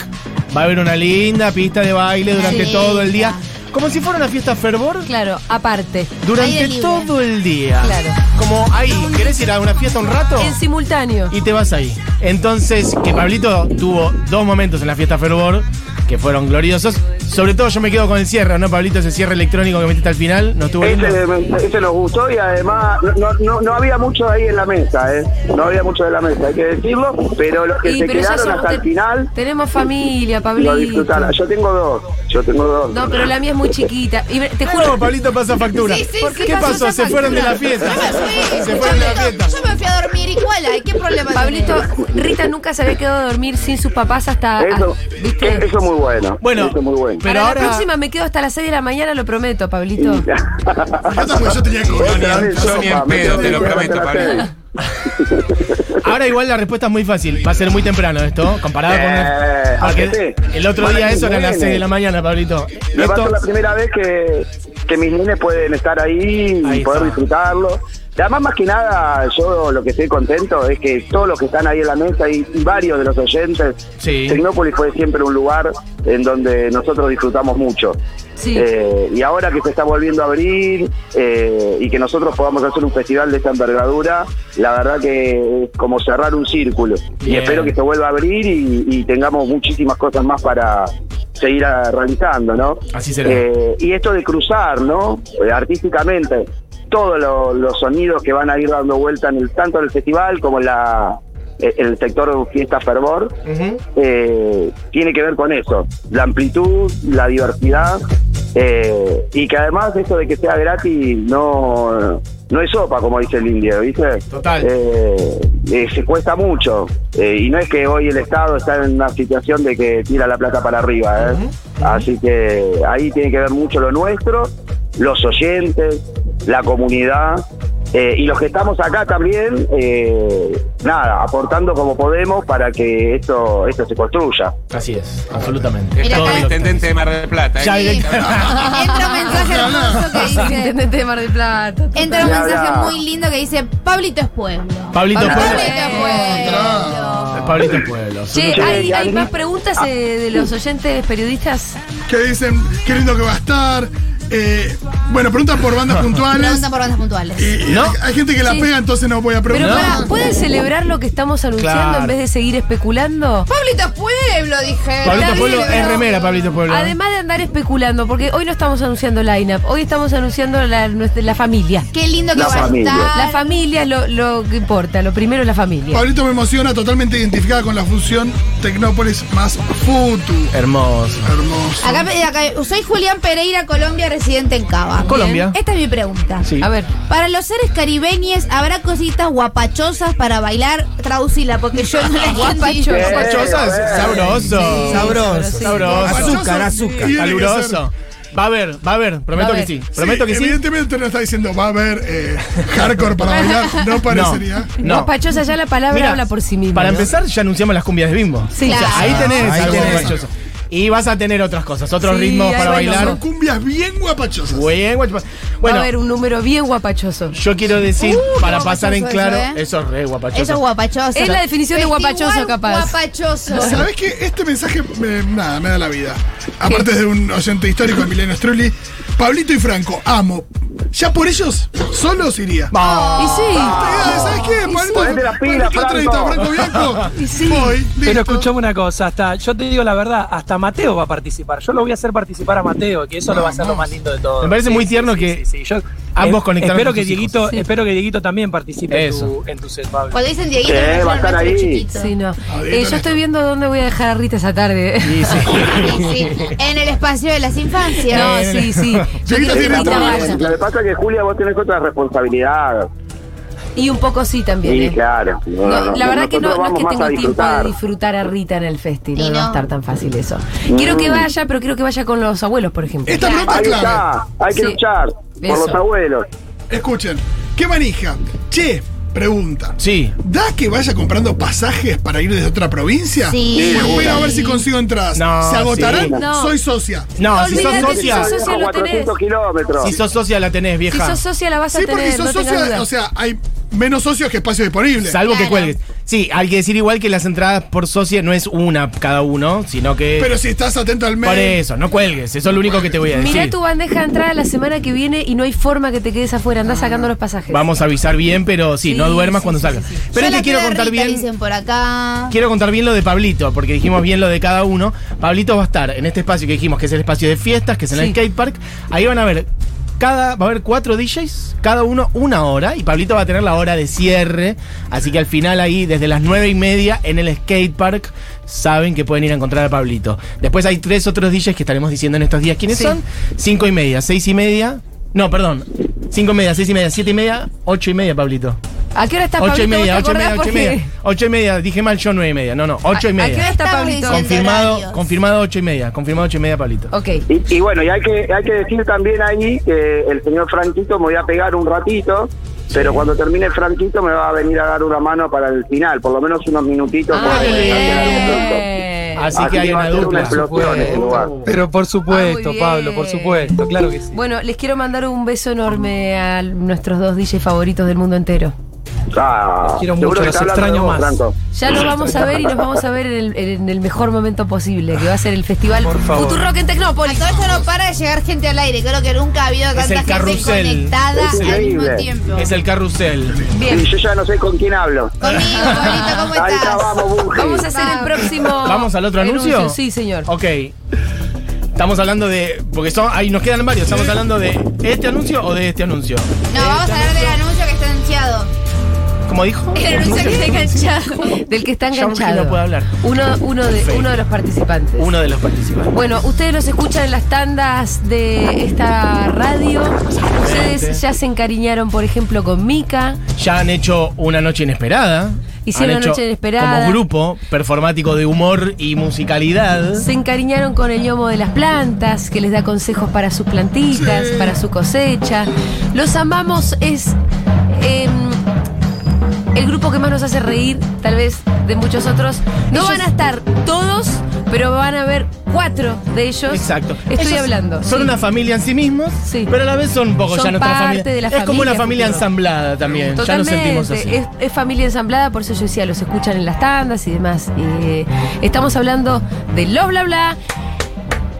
va a haber una linda pista de baile durante
Sí.
todo el día. Como si fuera una fiesta fervor
Claro, aparte.
durante
Aire libre.
todo el día.
Claro.
Como ahí, ¿querés ir a una fiesta un rato?
En simultáneo.
y te vas ahí. Entonces, que Pablito tuvo dos momentos en la fiesta Fervor que fueron gloriosos. Sobre todo yo me quedo con el cierre, ¿no, Pablito? Ese cierre electrónico que metiste al final, ¿no estuvo lindo?
Ese, me- ese nos gustó y además no- no, no, no había mucho ahí en la mesa, ¿eh? No había mucho de la mesa, hay que decirlo, pero los que
Y,
se
pero ya
quedaron
somos-
hasta el
te-
final
Tenemos familia,
lo
Pablito.
disfrutaron. Yo tengo dos, yo tengo dos.
No, pero la mía es muy chiquita. Y te
Ah, No,
juro.
Pablito pasa factura.
Sí, sí, sí,
¿Qué
pasó
pasó?
esa
Se fueron de
factura.
la fiesta.
Yo me fui,
Se fueron de la
yo me-
fiesta.
Yo me fui a dormir igual, ¿ay? ¿qué problema
Pablito,
tenés?
Rita nunca se había quedado a dormir sin sus papás hasta.
Eso,
hasta- ¿Viste?
eso es muy bueno.
Bueno,
eso es muy bueno.
pero
Para
ahora-
la próxima me quedo hasta las 6 de la mañana, lo prometo, Pablito.
Fíjate, pues, yo tenía que
Otra vez,
yo ni en
sopa, me
pedo,
tengo
te lo
que quedar
prometo,
hasta las
Pablo.
seis.
Ahora igual la respuesta es muy fácil. Va a ser muy temprano esto, comparado con
Eh,
el, porque
hacete.
el otro
Para
día
que
eso era a las
viene.
6 de la mañana, Pablito.
Me va a ser
Esto,
la primera vez que, que mis nenes pueden estar ahí y
Ahí
poder
está.
disfrutarlo. Además, más que nada, yo lo que estoy contento es que todos los que están ahí en la mesa y, y varios de los oyentes,
Sí.
Tecnópolis fue siempre un lugar en donde nosotros disfrutamos mucho.
Sí.
Eh, y ahora que se está volviendo a abrir eh, y que nosotros podamos hacer un festival de esta envergadura, la verdad que es como cerrar un círculo. Y
Bien.
espero que se vuelva a abrir y, y tengamos muchísimas cosas más para seguir ah, realizando, ¿no?
Así será.
Eh, y esto de cruzar, ¿no? Eh, artísticamente, todos lo- los sonidos que van a ir dando vuelta en el, tanto en el festival como en la eh, el sector Fiesta Fervor,
Ujú.
eh, tiene que ver con eso, la amplitud, la diversidad, eh, y que además eso de que sea gratis no, no es sopa, como dice el indio, ¿viste?
Total.
Eh, eh, se cuesta mucho, eh, y no es que hoy el Estado está en una situación de que tira la plata para arriba, ¿eh? Así que ahí tiene que ver mucho lo nuestro, los oyentes, la comunidad. eh, y los que estamos acá también, eh, nada, aportando como podemos para que esto, esto se construya.
Así es, absolutamente.
Está
Mira,
con
acá-
el intendente de Mar del Plata. ¿eh?
Ya,
Sí. Entra un mensaje hermoso que dice...
Intendente de Mar del Plata.
Entra un
Ni hablar.
mensaje muy lindo que dice Pablito es pueblo.
Pablito,
Pablito,
¿puedo?
Pablito es pueblo.
Pablito Pueblos.
Che,
uno-
¿hay, hay más preguntas eh, de los oyentes periodistas?
Que dicen, qué lindo que va a estar. Eh, bueno, preguntan por bandas puntuales.
Preguntan por bandas puntuales.
Y- y
¿No?
hay, hay gente que la
Sí.
pega, entonces no voy a
Pero
preguntar.
para, ¿pueden celebrar lo que estamos anunciando
Claro.
en vez de seguir especulando?
Pablito Pueblo, dije.
Pablito
Está
Pueblo
bien,
es
pero-
remera, Pablito Pueblo. ¿eh?
Además de andar especulando, porque hoy no estamos anunciando line-up, hoy estamos anunciando la, nuestra- la familia.
Qué lindo que
La
va a
familia.
estar.
La familia es lo, lo que importa, lo primero es la familia.
Pablito me emociona totalmente identificada con la fusión Tecnópolis más Futu.
Hermoso.
Hermoso.
Acá, me- acá- soy Julián Pereira, Colombia, residente en Cava.
Colombia.
Esta es mi pregunta.
Sí.
A ver,
Para los seres caribeños, ¿habrá cositas guapachosas para bailar? Traducila, porque yo no la entendí.
Guapacho-
Pachosas, sabroso.
Sabroso.
sí.
Sabroso.
Azúcar, azúcar.
Tiene que
Caluroso. Va a haber, va a haber. Prometo
haber.
que sí. Prometo que sí.
Evidentemente no está diciendo va a haber eh, hardcore para bailar, no parecería.
No.
guapachosa, ya la palabra
Mira,
habla por sí misma.
Para
¿no?
empezar, ya anunciamos las cumbias de Bimbo.
Sí.
Claro.
Ahí tenés
ahí
algo
tenés.
guapachoso. Y vas a tener otras cosas, otros
Sí,
ritmos
ahí
para
bailamos.
bailar.
Son cumbias bien guapachosas.
Bien, guapachoso. Bueno,
Va a haber un número bien guapachoso.
yo quiero decir,
Uh,
para
qué
pasar en
guapachoso
claro,
eso, ¿eh?
eso es re guapachoso.
Eso es guapachoso.
Es la definición de guapachoso,
Festival
capaz.
Guapachoso.
¿Sabes qué? Este mensaje me, nada, me da la vida. Aparte de un oyente histórico, Emiliano Strulli. Pablito y Franco, amo. Ya por ellos, solos iría.
Y sí,
Eh, ¿Sabes qué? Pablito,
Ponete las pilas,
Pablito entrevistó a Franco Bianco.
Y sí.
Voy,
Pero
listo.
escuchame una cosa, hasta, yo te digo la verdad, hasta Mateo va a participar. Yo lo voy a hacer participar a Mateo, que eso lo va a ser lo más lindo de todo.
Me parece muy tierno que
Yo,
ambos
eh,
conectaron
Espero
con
que
sus hijos.
Dieguito, espero que Dieguito también participe en
Eso.
tu, en tu set, Pablo.
Cuando dicen Dieguito,
Sí,
me
va a
imagino
estar
al
ahí.
maestro chiquito.
sí, no. Eh,
Adentro.
yo estoy viendo dónde voy a dejar a Rita esa tarde.
Y sí.
Sí, En el espacio de las infancias.
No,
Eh,
sí, sí. Yo quiero que
tiene
Rita
otra
vaya.
Lo que pasa es que Julia vos tenés otra responsabilidad.
Y un poco sí también.
Sí,
¿eh?
claro. No,
No,
no, no.
la verdad que
Nosotros
no, no es
vamos
que
más a
tengo tiempo de
disfrutar.
disfrutar a Rita en el festi, no,
Y
no
no.
va a estar tan fácil eso. Quiero que vaya, pero quiero que vaya con los abuelos, por ejemplo.
Esta pregunta
Ahí
es clave.
Mm. está, hay que
Sí.
luchar por
Eso.
los abuelos.
Escuchen, ¿qué manija? Che, pregunta.
Sí.
¿Da que vaya comprando pasajes para ir desde otra provincia?
Sí.
Pues voy a ver si consigo entradas.
No,
¿Se agotarán?
sí.
No.
Soy socia.
No, si sos
Olvídate,
socia,
si sos socia
Como
lo tenés.
400 kilómetros.
si sos socia la tenés,
Si
vieja.
sos socia la vas a
Sí, porque
tener,
sos
no tengas
socia,
duda.
o sea, hay menos socios que espacio disponible.
Salvo que
Claro.
cuelgues. Sí, hay que decir igual que las entradas por socia no es una cada uno, sino que.
Pero si estás atento al
por
mail.
eso, no cuelgues. Eso es lo único que te voy a
Mirá
decir.
tu bandeja de entrada la semana que viene y no hay forma que te quedes
Ah.
afuera, andás sacando los pasajes.
Vamos a avisar bien, pero sí,
Sí,
no duermas
sí,
cuando
sí,
salgas.
sí, sí.
Pero
Yo
es que
la
quiero
quiero
contar
Rita,
bien.
Dicen por acá.
Quiero contar bien lo de Pablito, porque dijimos bien lo de cada uno. Pablito va a estar en este espacio que dijimos que es el espacio de fiestas, que es en el
Sí.
skatepark. Ahí van a ver. Cada, va a haber cuatro DJs, cada uno una hora, y Pablito va a tener la hora de cierre. Así que al final, ahí, desde las nueve y media, en el skatepark, saben que pueden ir a encontrar a Pablito. Después hay tres otros DJs que estaremos diciendo en estos días quiénes
Sí.
son. Cinco y media, seis y media. No, perdón. Cinco y media, seis y media, siete y media, ocho y media, Pablito.
¿A qué hora estás,
Ocho y
Pablito? ¿Vos te
media, ocho y
acordás
media, ocho y
porque-
media. Ocho y media, dije mal yo nueve y media. No, no, ocho y
¿A- a qué hora
meía.
está
Estamos
Pablito?
diciendo-
Confirmado,
Horarios.
confirmado ocho y media, confirmado ocho y media, palito.
Ok.
Y, y bueno, y hay que, hay que decir también ahí que el señor Franquito me voy a pegar un ratito, pero cuando termine el Franquito me va a venir a dar una mano para el final, por lo menos unos minutitos.
Ah,
para
qué
terminar de hacer algo
bien.
pronto.
Así
Así
que hay
va
una
a ser una
dupla.
explosión en lugar.
Pero por
Ah,
supuesto,
muy bien.
Pablo, por supuesto, claro que sí.
Bueno, les quiero mandar un beso enorme a nuestros dos DJs favoritos del mundo entero.
Ah,
Quiero
seguro
mucho,
que
los
está hablando
extraño
de vos,
más.
Franco.
Ya nos vamos a ver y nos vamos a ver en el, en el mejor momento posible, que va a ser el festival
Por favor.
Futurock en
A
Tecnópolis.
todo esto no para de llegar gente al aire. Creo que nunca ha habido
el
tanta gente
carrusel.
conectada
Es
al mismo
increíble.
tiempo.
Es el carrusel.
Bien,
Y yo ya no sé con quién hablo.
Conmigo, Pablito, ¿cómo
Ahí está,
estás?
vamos, Bunge.
vamos a hacer el próximo.
¿Vamos al otro anuncio?
Sí, señor.
Ok. Estamos hablando de. Porque son, ahí nos quedan varios. Estamos hablando de este anuncio o de este anuncio.
No, vamos a hablar del anuncio que está anunciado.
Como dijo.
El anuncio que está enganchado. Del que está
Ya Bunge
enganchado.
no puede hablar.
Uno, uno, de,
Perfecto.
uno de los participantes.
Uno de los participantes.
Bueno, ustedes los escuchan en las tandas de esta radio. Ustedes ya se encariñaron, por ejemplo, con Mika.
Ya han hecho una noche inesperada.
Hicieron
Han
una
hecho
noche inesperada.
Como grupo performático de humor y musicalidad.
Se encariñaron con el ñomo de las plantas, que les da consejos para sus plantitas, para su cosecha. Los amamos es em, el grupo que más nos hace reír, tal vez de muchos otros. No van a estar todos, pero van a haber cuatro de ellos.
Exacto.
Estoy
Ellos
hablando.
Son
sí.
una familia en sí mismos, pero a la vez son un poco
Son
ya nuestra
parte
familia.
de la
es como una
familia,
familia
futuro.
ensamblada también.
Totalmente,
Ya nos sentimos así.
Es, es familia ensamblada, por eso yo decía, los escuchan en las tandas y demás. Eh, estamos hablando de los bla bla.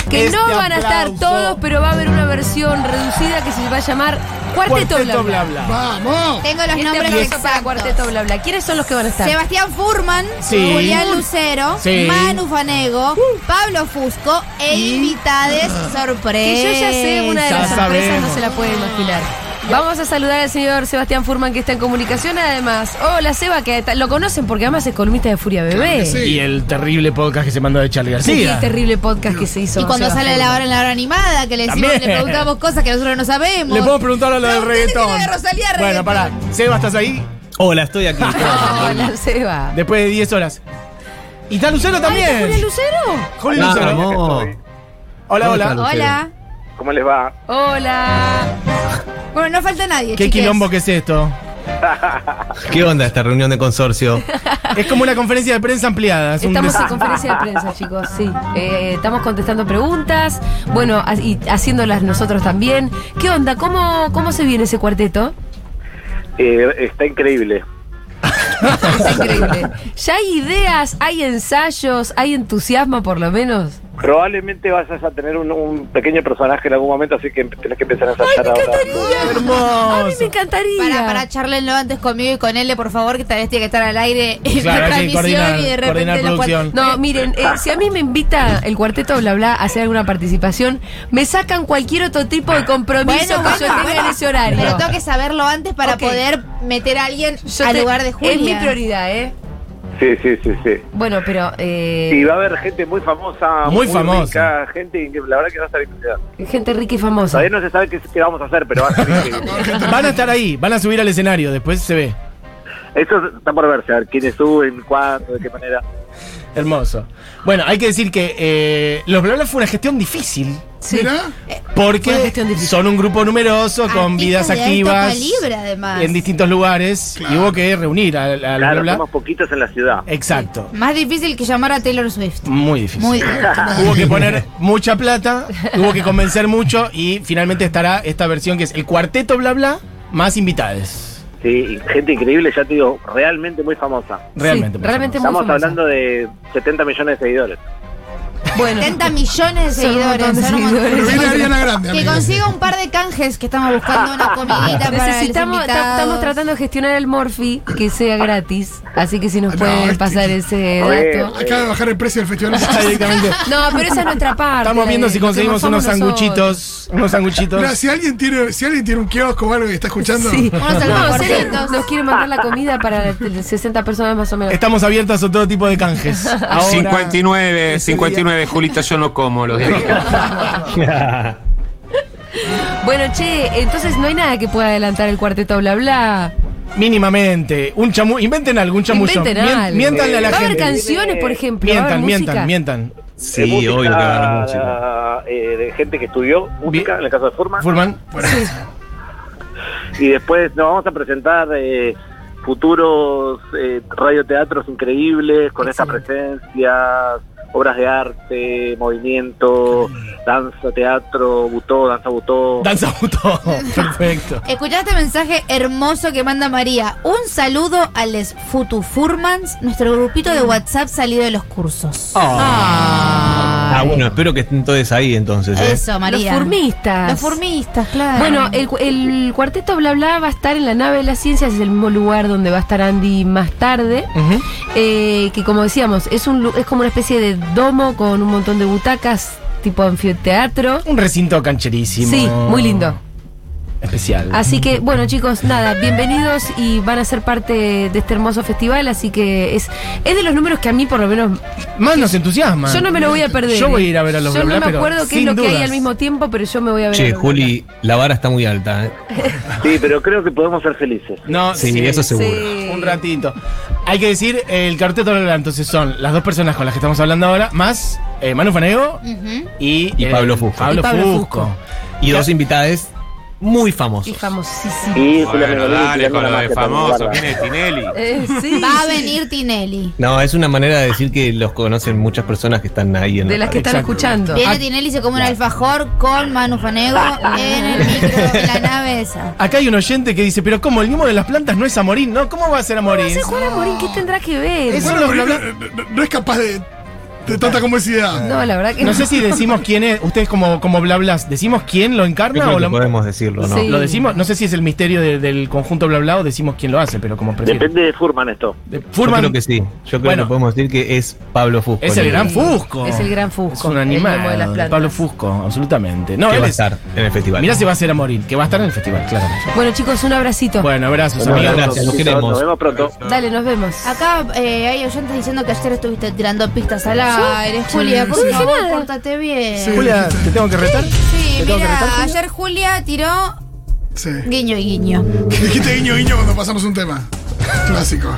Que
Este
no van a estar
aplauso.
todos, pero va a haber una versión reducida que se va a llamar Cuarteto,
Cuarteto
bla,
Bla
bla.
Bla.
¡Vamos!
Tengo los
Este
nombres
aplauso
exactos.
para Cuarteto bla bla. ¿Quiénes son los que van a estar?
Sebastián Furman,
Sí.
Julián Lucero,
Sí. Uh.
Manu Fanego, Pablo Fusco e invitades
Que
sorpresa.
yo ya sé, una de
Ya
las sorpresas no
sabemos.
se la puede imaginar. Vamos a saludar al señor Sebastián Furman que está en comunicación además. Hola Seba, que ta- lo conocen porque además es columnista de Furia Bebé.
sí.
Y el terrible podcast que se mandó de Charlie
Sí, el
García.
terrible podcast que se hizo.
Y cuando
Seba
sale la hora en la hora animada, que le decimos,
También.
le preguntamos cosas que nosotros no sabemos.
Le puedo preguntar a lo del
Pregúntale que
reggaetón.
lo de Rosalía
bueno,
reggaetón.
pará. Seba, ¿estás ahí?
Hola, estoy aquí.
Furman. Hola Seba.
Después de 10 horas. Y está Lucero
Ay, ¿Julia
también.
Lucero?
Julia
No,
Lucero.
no.
Hola,
¿Dónde está
hola.
Lucero?
Hola.
¿Cómo les va?
Hola.
Bueno, no falta nadie.
Qué
chiques.
quilombo que es esto.
¿Qué onda esta reunión de consorcio?
Es como una conferencia de prensa ampliada. es un
Estamos
des-
en conferencia de prensa, chicos, sí. Eh, estamos contestando preguntas, bueno, ha- y haciéndolas nosotros también. ¿Qué onda? ¿Cómo, cómo se viene ese cuarteto?
Eh, está increíble.
Es increíble. ¿Ya hay ideas, hay ensayos, hay entusiasmo por lo menos?
Probablemente vas a tener un, un pequeño personaje en algún momento, así que tenés que empezar a
¡Ay,
ensayar
me
ahora.
encantaría! ¡A mí me
Hermoso.
encantaría!
Para, para, charlenlo antes conmigo y con él, por favor, que tal vez tiene que estar al aire en
Claro,
la
hay que
transmisión
coordinar-
y de repente
coordinar
los cuatro-
producción.
No, miren,
Ah.
eh, si a mí me invita el cuarteto bla bla a hacer alguna participación, me sacan cualquier otro tipo de compromiso
Bueno,
que
bueno,
yo tenga
bueno.
en ese horario.
Pero tengo que saberlo antes para
Ok.
poder meter a alguien
Yo
al
te-
lugar de Julia.
Es mi prioridad, ¿eh?
Sí, sí, sí, sí.
Bueno, pero eh,
Y va a haber gente muy famosa.
Muy famosa.
rica, gente que la verdad que va a estar increíble.
gente rica y famosa.
Todavía no se sabe qué, qué vamos a hacer, pero va a ser increíble.
Van a estar ahí, van a subir al escenario, después se ve.
Eso está por verse, a ver quiénes suben, cuándo, de qué manera.
Hermoso. Bueno, hay que decir que eh, los Bla Bla fue una gestión difícil.
Sí.
Mirá,
Eh,
Fue una
Porque
gestión difícil.
son un grupo numeroso, con
Artistas
vidas
de alto
activas.
calibre, además.
En distintos lugares. Y hubo que reunir a, a los
Claro,
Bla Bla.
somos poquitos en la ciudad.
Exacto.
Más difícil que llamar a Taylor Swift.
Muy difícil.
Muy
Hubo que poner mucha plata, hubo que convencer mucho y finalmente estará esta versión que es el cuarteto bla bla más invitades.
Sí, y gente increíble, ya te digo, realmente muy famosa.
Realmente.
Sí,
por
realmente muy
Estamos
famosa.
hablando de 70 millones de seguidores.
Bueno,
70 millones de
Son un
seguidores.
montón de
son un montón.
seguidores.
pero viene Ariana Grande.
Que
amigo.
consiga un par de canjes que estamos buscando una comidita para los
necesitamos, ta-
invitados.
estamos tratando de gestionar el Morphy que sea gratis, así que si nos
No,
pueden
este-
pasar ese
Oye,
Eh, dato.
Acaba de bajar el precio del festival.
supuesto. Directamente.
No, pero esa es nuestra parte.
Estamos viendo si
lo que
conseguimos unos
morfamos nosotros.
sanguchitos, unos sanguchitos.
Mirá, si alguien tiene, si alguien tiene un kiosco o algo y está escuchando,
Sí.
Unos
No, en serio,
alfajorcitos.
nos quieren mandar la comida para 60 personas más o menos.
Estamos abiertas a todo tipo de canjes. Ahora,
59,
ese
59, Julita, yo no como los de aquí.
Bueno, che, entonces no hay nada que pueda adelantar el cuarteto bla bla.
Mínimamente. Un chamu inventen algo, un chamullo.
Inventen
Mien-
algo.
Miéntanle a la
Va a haber
gente.
canciones, por ejemplo. va a haber
Mientan, mientan,
música.
mientan.
Sí,
De música,
obvio que va a haber música.
eh, de gente que estudió música,
Bien.
en el caso de Furman.
Furman.
Y después nos vamos a presentar eh, futuros eh, radioteatros increíbles con estas presencias, obras de arte, movimiento, danza, teatro, butó, danza butó.
Danza auto. Perfecto.
Escuchá este mensaje hermoso que manda María. Un saludo a les Futufurmans, nuestro grupito de WhatsApp salido de los cursos.
Ah, bueno, espero que estén todos ahí entonces. ¿eh?
Eso, María.
Los furmistas.
Los furmistas, claro.
Bueno, el, cu- el cuarteto bla bla va a estar en la nave de las ciencias, es el mismo lugar donde va a estar Andy más tarde.
Ujú.
eh, que como decíamos, es, un, lu- es como una especie de domo con un montón de butacas, tipo anfiteatro.
Un recinto cancherísimo.
Sí, muy lindo.
Especial.
Así que, bueno, chicos, nada, bienvenidos y van a ser parte de este hermoso festival. Así que es, es de los números que a mí, por lo menos,
Más nos entusiasma.
yo no me lo voy a perder.
Ah, Yo voy a
eh.
ir a ver a los
Yo
Bla Bla,
no me
pero
acuerdo qué es
sin
lo que hay
dudas.
al mismo tiempo, pero yo me voy a ver. a
Che,
los Bla Bla.
Juli, la vara está muy alta. ¿eh?
Sí, pero creo que podemos ser felices.
No,
Sí, eso seguro.
Sí.
Un ratito. Hay que decir, el cuarteto Bla Bla, entonces son las dos personas con las que estamos hablando ahora, más eh, Manu Fanego
Ujú.
y,
Y
eh,
Pablo Fusco.
Pablo
Y Pablo
Fusco.
Y dos invitadas
muy famosos.
Y famosísimo.
Y Julián
Bueno,
Mengolini,
dale
tirando
con
la
lo de
magia
famoso.
también,
¿Quién es Tinelli?
Eh, sí,
Va a
sí.
venir Tinelli.
No, es una manera de decir que los conocen muchas personas que están ahí en
De
la
las que están
Exacto.
escuchando. Ah.
Viene Tinelli y se come un alfajor con Manu Fanego en el micro de la nave esa.
Acá hay un oyente que dice, pero ¿cómo? El limo de las plantas no es amorín, ¿no? ¿Cómo va a ser
No
amorín?
sé, Juana Morín, ¿qué tendrá que ver?
Eso
Bueno,
lo-
Morín
lo-
no, no- no es capaz de, de tanta conversidad.
No, la verdad que
No sé si decimos quién es, ustedes como, como bla blas, ¿decimos quién lo
Yo
encarna
creo
o
que
lo,
podemos decirlo, ¿no?
Sí.
lo decimos? No sé si es el misterio de- del conjunto bla bla o decimos quién lo hace, pero como prefiero.
Depende de Furman esto.
De-
Yo
Furman
creo que sí. Yo creo
Bueno.
que podemos decir que es Pablo Fusco.
es el
que-
gran
Sí,
Fusco.
es el gran Fusco,
Es un
el
animal.
lomo de las plantas.
Pablo Fusco, absolutamente. No,
que
él
va a
es-
estar en el festival.
Mirá si va a ser amorín, que va a estar en el festival, claro.
Bueno, chicos, un abracito.
Bueno, abrazos,
Bueno,
amigos.
gracias, los
Nos
queremos.
vemos pronto.
Dale, nos vemos.
Acá eh, hay oyentes diciendo que ayer estuviste tirando pistas al aire, Julia.
No
Por
dije
favor,
nada.
pórtate bien.
Sí.
Julia, ¿te tengo que retar?
Sí,
¿Te tengo que retar,
mira,
Julia?
ayer Julia tiró
Sí.
guiño y guiño.
Dijiste guiño guiño cuando pasamos un tema. Clásico.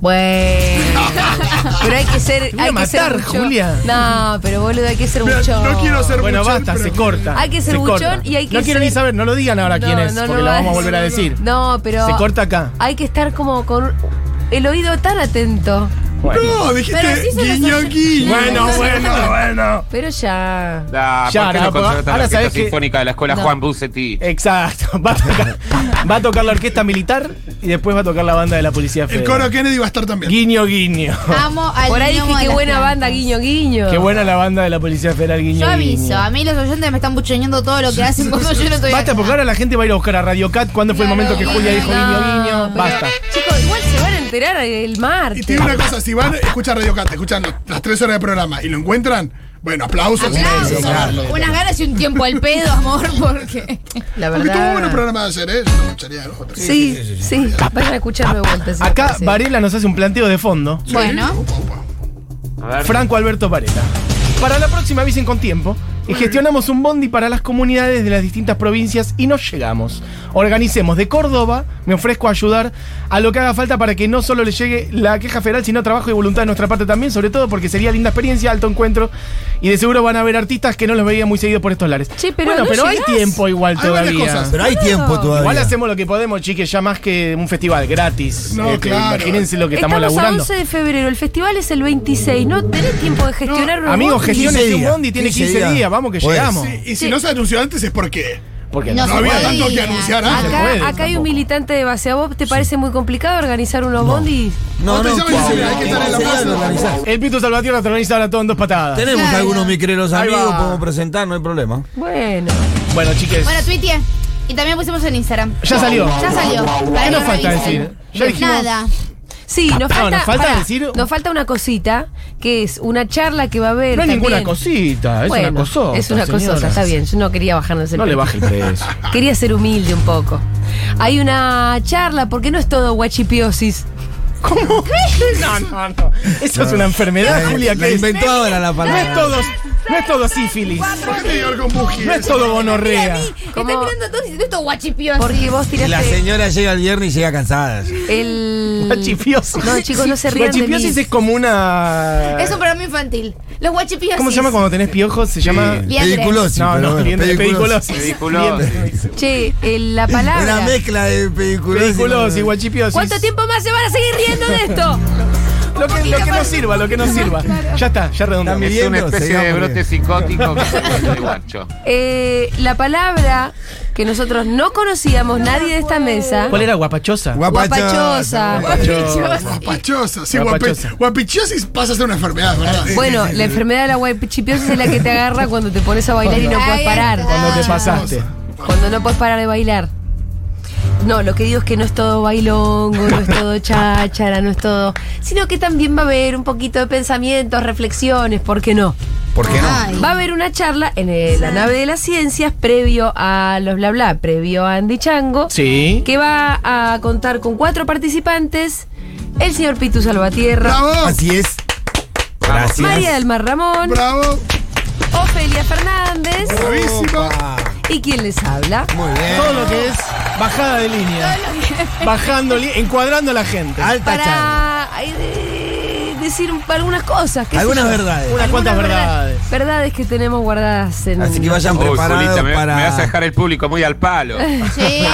Bueno. pero hay que ser.
voy a
Hay que ser
matar,
buchón.
Julia.
No, pero boludo, hay que ser
Mira,
mucho.
no quiero ser
Bueno,
buchón,
basta,
pero-
se corta.
Hay que ser
se
buchón
corta.
y hay que
No quiero
ser-
ni saber, no lo digan ahora
No,
quién es,
no, no
porque lo
va
vamos a volver a
ser.
decir.
No, pero.
Se corta acá.
Hay que estar como con el oído tan atento.
Bueno.
No,
Pero
dijiste
sí se
guiño
los-
guiño.
Bueno, bueno, bueno.
Pero ya.
Da,
Ya,
¿Por qué
ahora,
no contratan a
ahora
la Orquesta
sabés que- Eh,
Sinfónica de la Escuela Juan Bucetti?
Exacto. Va a, tocar, va a tocar la orquesta militar y después va a tocar la banda de la policía
El
federal.
coro Kennedy va a estar también.
Guiño, guiño.
Amo al
Por ahí
gnomo
dije
de
qué
las
buena
plantas.
banda, guiño, guiño.
Qué buena la banda de la policía federal, guiño.
Yo aviso,
guiño.
a mí los oyentes me están buchoneando todo lo que hacen cuando yo no estoy
Basta,
acá.
porque ahora la gente va a ir a buscar a Radio Cat. ¿Cuándo fue el
Claro,
momento que Julia dijo
No,
guiño, guiño?
pero-
Basta.
Chicos, igual se van a enterar el
Y
martes.
te digo una cosa, si van, escuchan Radio Cante, escuchan los- las tres horas de programa y lo encuentran, bueno, aplausos.
Aplausos,
beso, Carlos.
unas ganas y un tiempo al pedo, amor, porque...
La
Porque tuvo buenos
verdad.
programas de ayer, ¿eh? Yo no escucharía los otros.
Sí, sí. Vayan a escucharme de vuelta. si les
Acá
parece.
Varela nos hace un planteo de fondo.
Bueno,
Opa, opa.
A ver.
Franco Alberto Varela. Para la próxima avisen con tiempo. Y gestionamos un bondi para las comunidades de las distintas provincias y nos llegamos. Organicemos de Córdoba, me ofrezco a ayudar a lo que haga falta para que no solo le llegue la queja federal, sino trabajo y voluntad de nuestra parte también, sobre todo porque sería linda experiencia, alto encuentro. Y de seguro van a ver artistas que no los veía muy seguido por estos lares.
Che, pero
bueno,
no
pero hay
llegás.
tiempo igual
Hay varias
todavía.
cosas.
Pero hay tiempo todavía.
Igual hacemos lo que podemos, chiques, ya más que un festival gratis. Este,
No, claro.
Eh, Imagínense lo que estamos,
Estamos,
laburando.
a 11 de febrero, el festival es el 26. No tenés tiempo de gestionar un
Amigos,
bondi.
gestiones
15
de un
días,
bondi, tiene 15,
15
días.
días.
vamos que
Pues.
llegamos.
Sí, y si
Sí.
no se anunció antes es porque
Porque
No
no,
se
había
podía.
tanto que anunciar antes.
se
Acá,
puede,
acá hay un
tampoco.
militante de Baseabop. ¿Te parece muy complicado organizar unos bondis?
No,
Otra
no,
llave dice, hay que estar en
¿cómo
la
se
plaza?
organizás?
El Pito Salvatierra te organiza ahora todo en dos patadas.
Tenemos
Claro.
algunos micreros
Ahí
amigos,
va.
podemos presentar, no hay problema.
Bueno,
Bueno, chiques,
bueno, tuiteé. Y también pusimos en Instagram.
ya salió.
Ya salió. Para
¿Qué
que
nos
lo
falta
revisen.
decir? Ya dijimos.
Nada.
sí, nos
No,
falta,
nos falta
pará,
decir-
nos falta una cosita, que es una charla que va a haber.
No hay
también.
ninguna cosita, es
Bueno,
una cosota.
Es una
señora.
cosota, está bien. Yo no quería bajarnos el
No le
precio.
baje el precio.
Quería ser humilde un poco. Hay una charla, porque no es todo guachipiosis.
¿Cómo? No, no, no. Eso es una enfermedad, Julia,
La
que es.
inventó ahora la
No es
palabra.
todo, no es todo sífilis.
¿Por qué te digo algo con Buji?
No es todo gonorrea.
Está
Como-
mirando todo diciendo esto guachipión.
Porque vos
Y La
tiraste
señora llega el viernes y llega cansada.
el...
Guachipiosis.
No, chicos, no se rían de mí.
Guachipiosis es como una.
Es un programa infantil. Los guachipiosis.
¿Cómo se llama cuando tenés piojos? Se llama.
Bien.
Pediculosis.
No,
pero
no,
bueno,
bien de
pediculosis.
pediculosis.
Pediculosis.
Bien de-
Che, el- eh, la
Una
palabra.
mezcla de pediculosis.
Pediculosis, guachipiosis.
¿Cuánto tiempo más se van a seguir riendo de esto?
Lo que, lo que no sirva, lo que no sirva. Ya está, ya redondeamos.
También.
Es una
Viendo,
especie de
sigamos
brote
bien.
psicótico que se encuentra de guacho.
Eh, la palabra que nosotros no conocíamos, nadie de esta mesa.
¿Cuál era guapachosa?
Guapachosa.
Guapachosa. Sí,
Guapachosa.
guape- guapichosis pasa a ser una enfermedad, ¿verdad?
Bueno, la enfermedad de la guachipiosis es la que te agarra cuando te pones a bailar y no
Ahí
puedes
está.
parar.
Cuando te pasaste.
Cuando no puedes parar de bailar. No, lo que digo es que no es todo bailongo, no es todo cháchara, no es todo. Sino que también va a haber un poquito de pensamientos, reflexiones, ¿por qué no?
¿Por qué no?
Ay.
Va a haber una charla en eh, la nave de las ciencias previo a los bla bla, previo a Andy Chango,
Sí.
que va a contar con cuatro participantes: el señor Pitu Salvatierra,
¡Bravo!
Así es. Gracias.
María del Mar Ramón,
¡Bravo!
Ofelia Fernández
¡Bravísimo!
y quien les habla.
Muy bien.
Todo lo que es bajada de línea. Bajando, li- encuadrando a la gente.
Alta charla.
Para eh, decir algunas cosas. qué sé
Algunas
yo.
verdades.
Unas
Algunas
cuantas
verdades. Verdades que tenemos guardadas en.
Así que vayan
Uy,
preparados
Julita, me,
para.
me vas a dejar el público muy al palo.
Sí,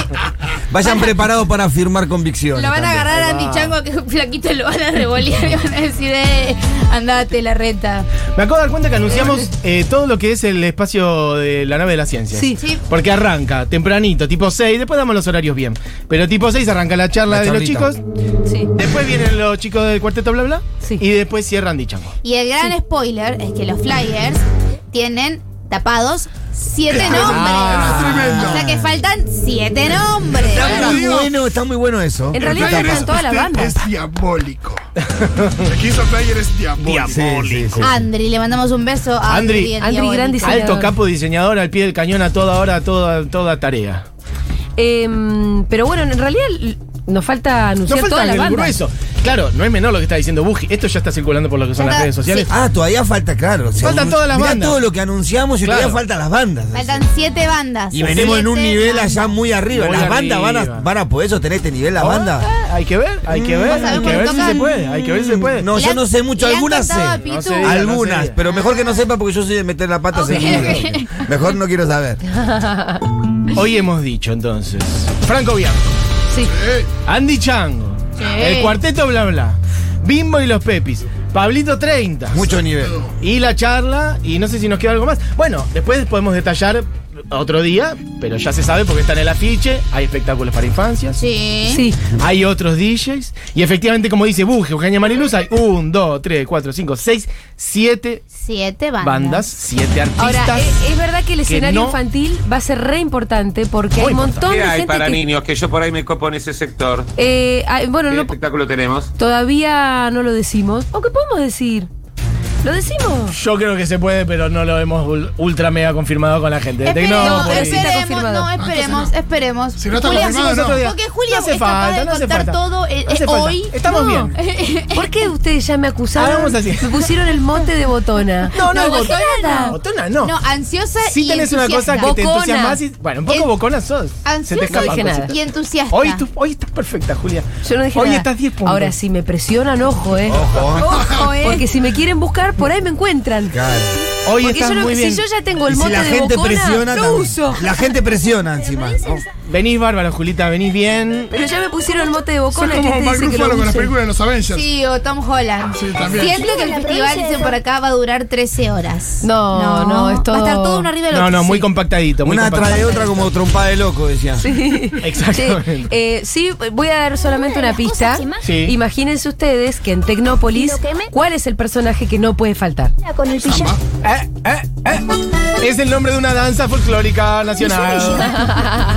Vayan preparados para afirmar convicciones.
lo van a
también.
agarrar a mi chango que es un flaquito y lo van a revolear y van a decir, eh, andate la reta.
Me acabo de dar cuenta que anunciamos eh, todo lo que es el espacio de la nave de la ciencia.
Sí.
Sí.
Porque arranca tempranito, tipo 6, después damos los horarios bien. Pero tipo 6 arranca la charla
La
de los
charlita.
chicos,
Sí.
después vienen los chicos del cuarteto bla bla,
Sí.
y después cierran Dichango.
Y el gran spoiler es que los flyers tienen tapados siete nombres.
tremendo.
Ah.
O sea que faltan siete nombres.
Está muy bueno, está muy bueno eso.
En realidad
Flyer
faltan
es-
todas las
usted
bandas.
Es diabólico. El que hizo Flyer es diabólico.
Sí, sí, sí.
Ah,
Andri, le mandamos un beso a
Andri,
el
Andri,
diabólico.
gran diseñador.
Alto capo diseñador al pie del cañón a toda hora, a toda, toda tarea.
Em, pero bueno, en realidad l- nos falta
No
anunciar
falta
todas las
el
bandas.
grueso. Claro, no es menor lo que está diciendo Buji. Esto ya está circulando por lo que son
Ya
las
está,
redes sociales.
Ah, todavía falta, claro. o sea,
Faltan
un-
todas las
mirá
bandas.
todo lo que anunciamos y
Claro.
todavía faltan las bandas.
Faltan siete bandas.
Y venimos en un
Siete
nivel
bandas.
allá muy arriba.
Muy
las bandas van a,
arriba.
van a poder sostener este nivel, las bandas.
Ah, Hay que ver, hay que
Mm,
ver,
vos sabés
hay que
cuando
ver si se
tocan-
puede, hay que ver si se puede.
No,
Le
yo
han-
no sé mucho,
le han
algunas
contado a
sé.
Pitu.
No sé.
Algunas,
sabía.
pero mejor que no sepa porque yo soy de meter la
Ah,
pata
Ok,
seguro.
ok.
Mejor no quiero saber.
Hoy hemos dicho entonces. Franco Bianco.
Sí.
Andy Chango.
Sí.
El cuarteto bla bla. Bimbo y los Pepis. Pablito 30.
Mucho nivel.
Y la charla. Y no sé si nos queda algo más. Bueno, después podemos detallar otro día, pero ya se sabe porque está en el afiche. Hay espectáculos para infancias.
Sí.
Sí.
Hay otros DJs. Y efectivamente, como dice Buje, Eugenia Mariluz, hay 1, 2, 3, 4, 5, 6, 7
Siete bandas. eh,
bandas, 7
Ahora, eh,
artistas.
es, es verdad que el
que
escenario
no-
infantil va a ser re importante porque
Muy
hay un montón
¿Qué
de
hay
gente
para
que.
niños? Que yo por ahí me copo en ese sector.
Eh, hay- bueno,
¿Qué
no,
espectáculo tenemos?
todavía no lo decimos. ¿O qué podemos decir? ¿Lo decimos?
Yo creo que se puede, pero no lo hemos ul- ultra mega confirmado con la gente. de
Esperemos,
No,
Tecnópolis.
pero sí está
esperemos,
confirmado.
Ah,
no, esperemos, esperemos.
Si no está
Julia,
confirmado,
hacemos
no.
otro día.
Porque Julia
No hace
está
falta,
acaba de
no hace
contar
falta.
todo eh,
No hace
eh,
falta.
hoy.
Estamos bien.
¿Por qué ustedes ya me acusaron?
Hagamos así.
Me pusieron el mote de botona.
No, no,
dije
botona
nada.
Botona, no.
No, ansiosa
sí
y
tenés una cosa que
entusiasta.
te
Bocona.
entusiasmas y. Bueno, un poco
En-
bocona sos. Se te
Ansiosa
escapan
dije nada.
cositas.
y entusiasta.
Hoy, tú- hoy estás perfecta, Julia.
Yo no dije
Hoy
nada.
estás 10 puntos.
Ahora, si me presionan, ojo, ¿eh?
Ojo, eh.
Porque si me quieren buscar, por ahí me encuentran.
Claro.
Hoy
Porque
estás
yo no-
muy bien.
si yo ya tengo el
Y si
mote
la
de
gente
bocona,
presiona,
lo
también.
uso.
la gente presiona encima.
Oh, Venís bárbara, Julita, venís bien.
Pero ya me pusieron el mote de
Son
bocona que
como
te
Mark
dice que lo
Ruffalo con las
use.
películas de los Avengers.
Sí, o Tom Holland.
Sí, también.
Siento que el festival, dicen por acá, va a durar 13 horas.
No, no, es
Va a estar
todo-
todo uno arriba del
No,
otro.
no, muy
Sí.
compactadito. Muy
Una tras de
compactadito.
otra como trompada de loco, decía.
Exactamente.
Sí, eh, sí, voy a dar solamente una pista.
Sí.
Imagínense ustedes que en Tecnópolis, ¿cuál es el personaje que no puede faltar?
Eh, eh, eh. Es el nombre de una danza folclórica nacional.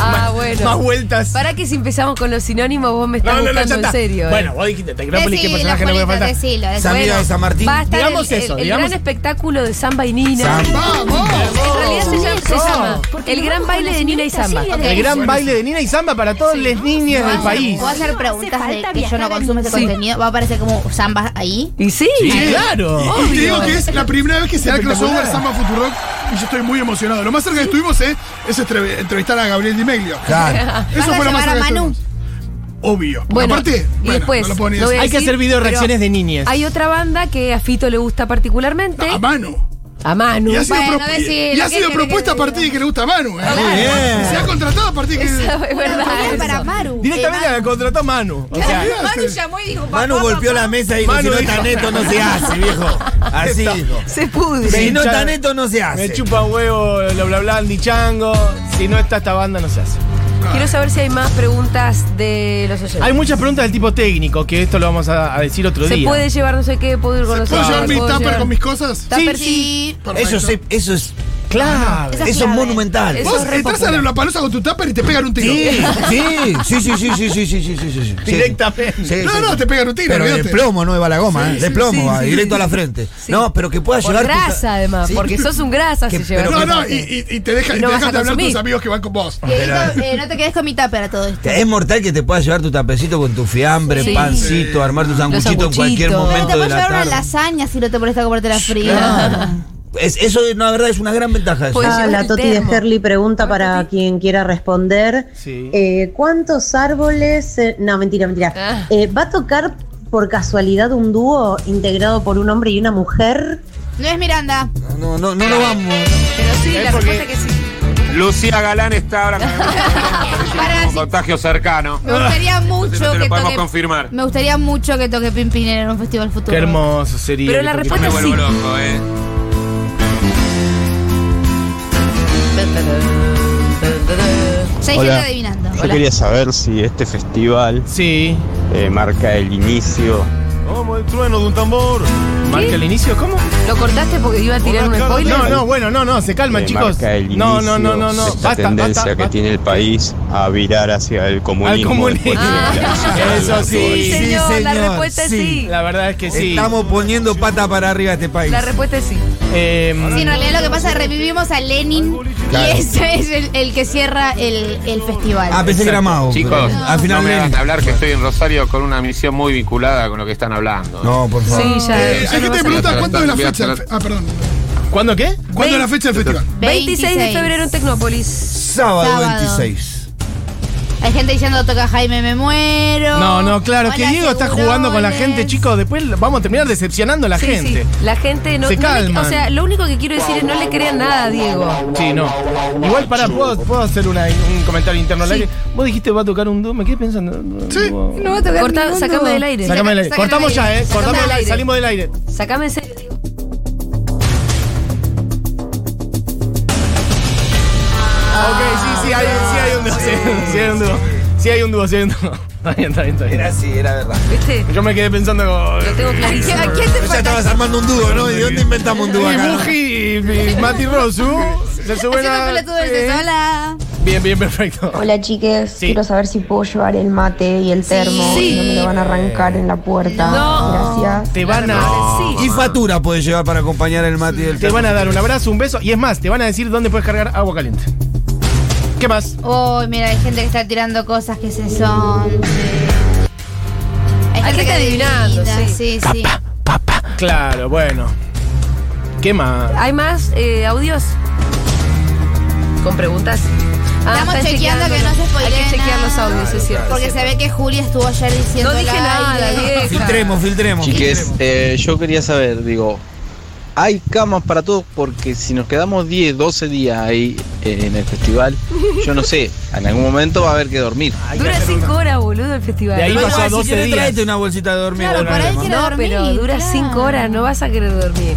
ah,
Más
bueno.
vueltas.
Para que si empezamos con los sinónimos, vos me estás
No, no, no,
buscando
ya
en
está.
serio. ¿eh?
Bueno, vos dijiste Tecnópolis, ¿qué
Decilo,
personaje no me falta?
Juanito, decilo, decilo.
Esa amiga de San Martín.
Va a estar
Digamos
el,
eso,
el- el
digamos-
gran espectáculo de Samba y Nina.
¡Vamos!
En realidad se llama, se
No.
llama El gran baile de Nina y Samba.
El gran baile de Nina y Samba para todas las niñas del país.
Voy a hacer preguntas de que yo no consumo ese contenido. Va a aparecer como zambas ahí.
Y sí,
Sí, claro.
Y te digo que es la primera vez que se da crossover Samba Futurock y yo estoy muy emocionado. Lo más cerca que estuvimos eh, es estre- entrevistar a Gabriel Di Meglio.
Claro.
¿Vas
Eso
a
fue lo más
llamar a
cerca que
Manu?
estuvimos. Obvio.
Bueno,
Aparte,
y
bueno,
después,
no lo puedo ni
lo voy
decir.
a-
Hay que hacer video reacciones de niñas.
hay otra banda que a Fito le gusta particularmente.
A Manu.
A Manu.
Y ha sido,
Bueno,
pro-
decilo,
y- y ha
¿qué
sido
querés
propuesta
que
a partir de que le gusta a Manu. eh.
Muy bien.
Se ha contratado a partir de que.
Eso es Eh, verdad.
Para
eso.
Maru.
Directamente la contrató Manu. O sea,
Manu llamó y dijo,
Manu golpeó la mesa y dijo,
Manu
si no
dijo-
tan neto no se hace, viejo. Así dijo.
Se pudre.
Si no
hincha-
tan neto no se hace.
me chupa un huevo, bla bla bla, Andy Chango. Si no está esta banda, no se hace.
Quiero saber si hay más preguntas de los oyentes.
Hay muchas preguntas del tipo técnico, que esto lo vamos a, a decir otro
se
día.
puede llevar, no sé qué, puedo ir con los
¿Puedo llevar
otros,
mi
puedo
tupper
llevar-
con mis cosas?
Tupper
Sí,
sí.
Eso es, eso es,
Claro.
Esa
eso es
clave.
monumental.
Eso
Vos
es re
entras a
popular.
la palusa con tu tupper y te pegan un tiro.
Sí, sí, sí, sí, sí, sí, sí, sí, sí, sí, sí, sí.
Directamente.
Sí,
No,
sí,
no,
sí.
te pegan un tiro.
Pero de
olvídate.
plomo, no de bala goma, ¿eh? de plomo,
sí,
va,
sí,
directo
sí.
a la frente.
Sí.
No, pero que pueda
Por
llevar. tu-
grasa, además,
Sí.
porque sos un grasa
Que-
si llevas.
pero
No,
que-
no, y, y- y te dejan,
Y no
te dejan
vas a
de hablar
consumir.
tus amigos que van con vos.
Dieguito, eh, no te quedes con mi tupper a todo esto.
Es mortal que te puedas llevar tu tapecito con tu fiambre,
Sí.
pancito, armar tu sanguchito en
sanguchitos.
cualquier
Pero te
Pero te
momento de
puedes
la
llevar una
tarde.
lasaña si no te molesta comértela fría.
Es, eso, no, la verdad, es una gran ventaja. Eso.
Pues-
Ah, la
el
Toti de
termo.
Ferli pregunta para quien quiera responder.
Sí.
Eh,
Eh, ¿Cuántos árboles? eh, no, mentira, mentira.
Ah.
Eh, ¿Va a tocar por casualidad un dúo integrado por un hombre y una mujer?
No es Miranda.
No, no, no lo vamos.
Pero sí,
Es
la
porque-
respuesta que sí.
Lucía Galán está ahora con
Para,
un contagio cercano.
me gustaría
Ah. Entonces no
mucho
te
que
lo podemos
toque.
confirmar.
Me gustaría mucho que toque Pimpinera en un festival futuro.
Qué hermoso sería.
Pero la
Qué
Yo
respuesta
me
lindo.
vuelvo loco, eh.
Ya hay
Hola.
gente adivinando.
Yo
Hola.
quería saber si este festival
sí.
eh, marca el inicio.
Como el trueno de un tambor. ¿Marca el inicio? ¿Cómo?
¿Lo cortaste porque iba a tirar un spoiler?
No, no, bueno, no, no, se calman,
eh,
chicos.
Marca el inicio
No, no, no, no,
de
no.
Esta
Basta,
tendencia
basta.
que tiene el país a virar hacia el
Al
comunismo.
comunismo.
Ah.
Eso sí,
Sí, señor, la respuesta es sí.
La verdad es que sí.
Estamos poniendo pata para arriba a este país.
La respuesta es sí.
Em,
Sí, en realidad lo que pasa es que revivimos a Lenin
Claro.
y ese es el, el que cierra el, el festival.
Ah, pensé que era Mao.
Chicos,
pero al
no
final
me hagan
Lenin.
hablar que estoy en Rosario con una misión muy vinculada con lo que están hablando.
No, por favor.
Sí, ya.
Eh,
ya
hay
no
gente
vas
que
a-
pregunta
Voy a
cuándo es la
tratar-
fecha.
voy a
del fe- Ah, perdón.
¿Cuándo qué?
¿Cuándo es la fecha del festival?
26 de febrero en Tecnópolis.
Sábado
Sábado.
26.
Hay gente diciendo toca Jaime me muero.
No, no, claro, que
Hola,
Diego está jugando con la
tiburones.
gente, chicos. Después vamos a terminar decepcionando a la
Sí,
gente.
sí. La gente no.
Se
no le-
calman.
o sea, lo único que quiero decir es no le crean nada a Diego.
Sí, no. Igual, para ¿puedo, puedo hacer una- un comentario interno al
Sí.
aire? Vos dijiste va a tocar un dúo, me quedé pensando. Sí.
No va a tocar
Cortá,
ningún
sacame
dúo.
del aire.
Sacame el aire.
Sácame
Cortamos
el
ya,
aire.
eh. Cortamos
Sácame
el
el
aire.
aire.
Salimos del aire.
Sacame ese. Diego.
ok, sí, sí, hay, sí hay un dúo. Sí, sí hay un dúo. Sí hay un dúo, sí hay un dúo. Ah, Está bien, está bien, está bien.
así, era verdad.
¿Viste?
Yo me quedé pensando como. eh,
Lo tengo
¿Qué-
clarísimo.
¿A quién te
Ya
falta?
estabas armando un dúo, ¿no? ¿Y de dónde inventamos un dúo
Y
acá?
Buji y, y Mati Rosu se suben
Haciendo
a...
pelotudeces, hola.
Bien, bien, perfecto.
Hola chiques,
Sí.
quiero saber si puedo llevar el mate y el termo.
Sí.
No me lo van a arrancar en la puerta.
No.
Gracias.
Te van a...
Sí.
Y fatura puedes llevar para acompañar el mate y el
Te
termo.
van a dar un abrazo, un beso y es más, te van a decir dónde puedes cargar agua caliente. ¿Qué más?
Oh, mira, hay gente que está tirando cosas que se son. Hay
gente adivinando,
adivina, sí. sí.
Claro, bueno. ¿Qué más?
¿Hay más eh, audios? ¿Con preguntas? Ah,
Estamos
están
chequeando que no se spoileen
Hay que chequear los
nada.
audios, es cierto.
Porque
es
se
cierto.
ve que Julia estuvo ayer diciendo.
No dije
al
nada,
aire.
vieja.
Filtremos, filtremos.
Chiques, eh, yo quería saber, digo, hay camas para todos porque si nos quedamos 10, 12 días ahí eh, en el festival, yo no sé, en algún momento va a haber que dormir.
Dura 5 horas, boludo, el festival.
De ahí
Bueno,
pasó
si
12
querés,
días.
tráete una bolsita de dormir.
Claro,
bueno,
por ahí
no,
quiero
No,
dormir.
pero dura
claro.
5 horas, no vas a querer dormir.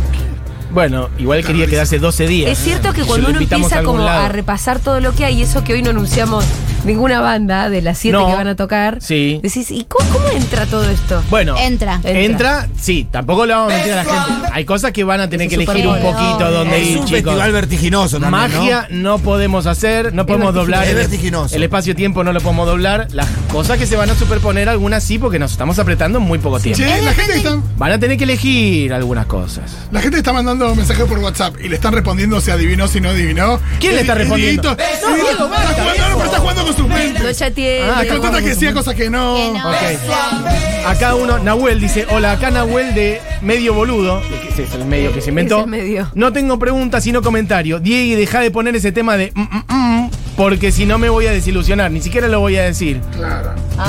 Bueno, igual quería quedarse 12 días.
Es cierto que
Si
cuando
lo
uno
invitamos
empieza
algún
como
lado.
a repasar todo lo que hay, y eso que hoy no anunciamos ninguna banda de las 7
No.
que van a tocar,
Sí.
decís, ¿y cómo, cómo entra todo esto?
Bueno,
Entra.
entra, sí, tampoco le vamos a mentir a la gente. Hay cosas que van a tener que
Es un
elegir un
superpoder.
poquito dónde
Es
ir,
un
chicos.
festival vertiginoso también, ¿no?
Magia ¿no? podemos hacer, no podemos doblar.
es
el-
vertiginoso.
El espacio-tiempo no lo podemos doblar. Las cosas que se van a superponer, algunas sí, porque nos estamos apretando en muy poco tiempo.
Che, la gente, que está,
Van a tener que elegir algunas cosas.
la gente está mandando mensajes por WhatsApp y le están respondiendo si adivinó, si no adivinó.
¿Quién le está
Es- es
respondiendo?
Dieguito.
No,
Es-
Diego, basta,
está jugando, no, pero está jugando con sus
No
mentes.
chateé.
Ah,
Me contrata que decía cosas que
Que
no.
no.
Ok. Acá uno, Nahuel dice, hola, acá Nahuel de Medio Boludo, que ese es el medio que se inventó.
Es el medio.
No tengo preguntas, sino comentario. Diego, deja de poner ese tema de mm, mm, mm, porque si no me voy a desilusionar, ni siquiera lo voy a decir.
Claro.
Ah.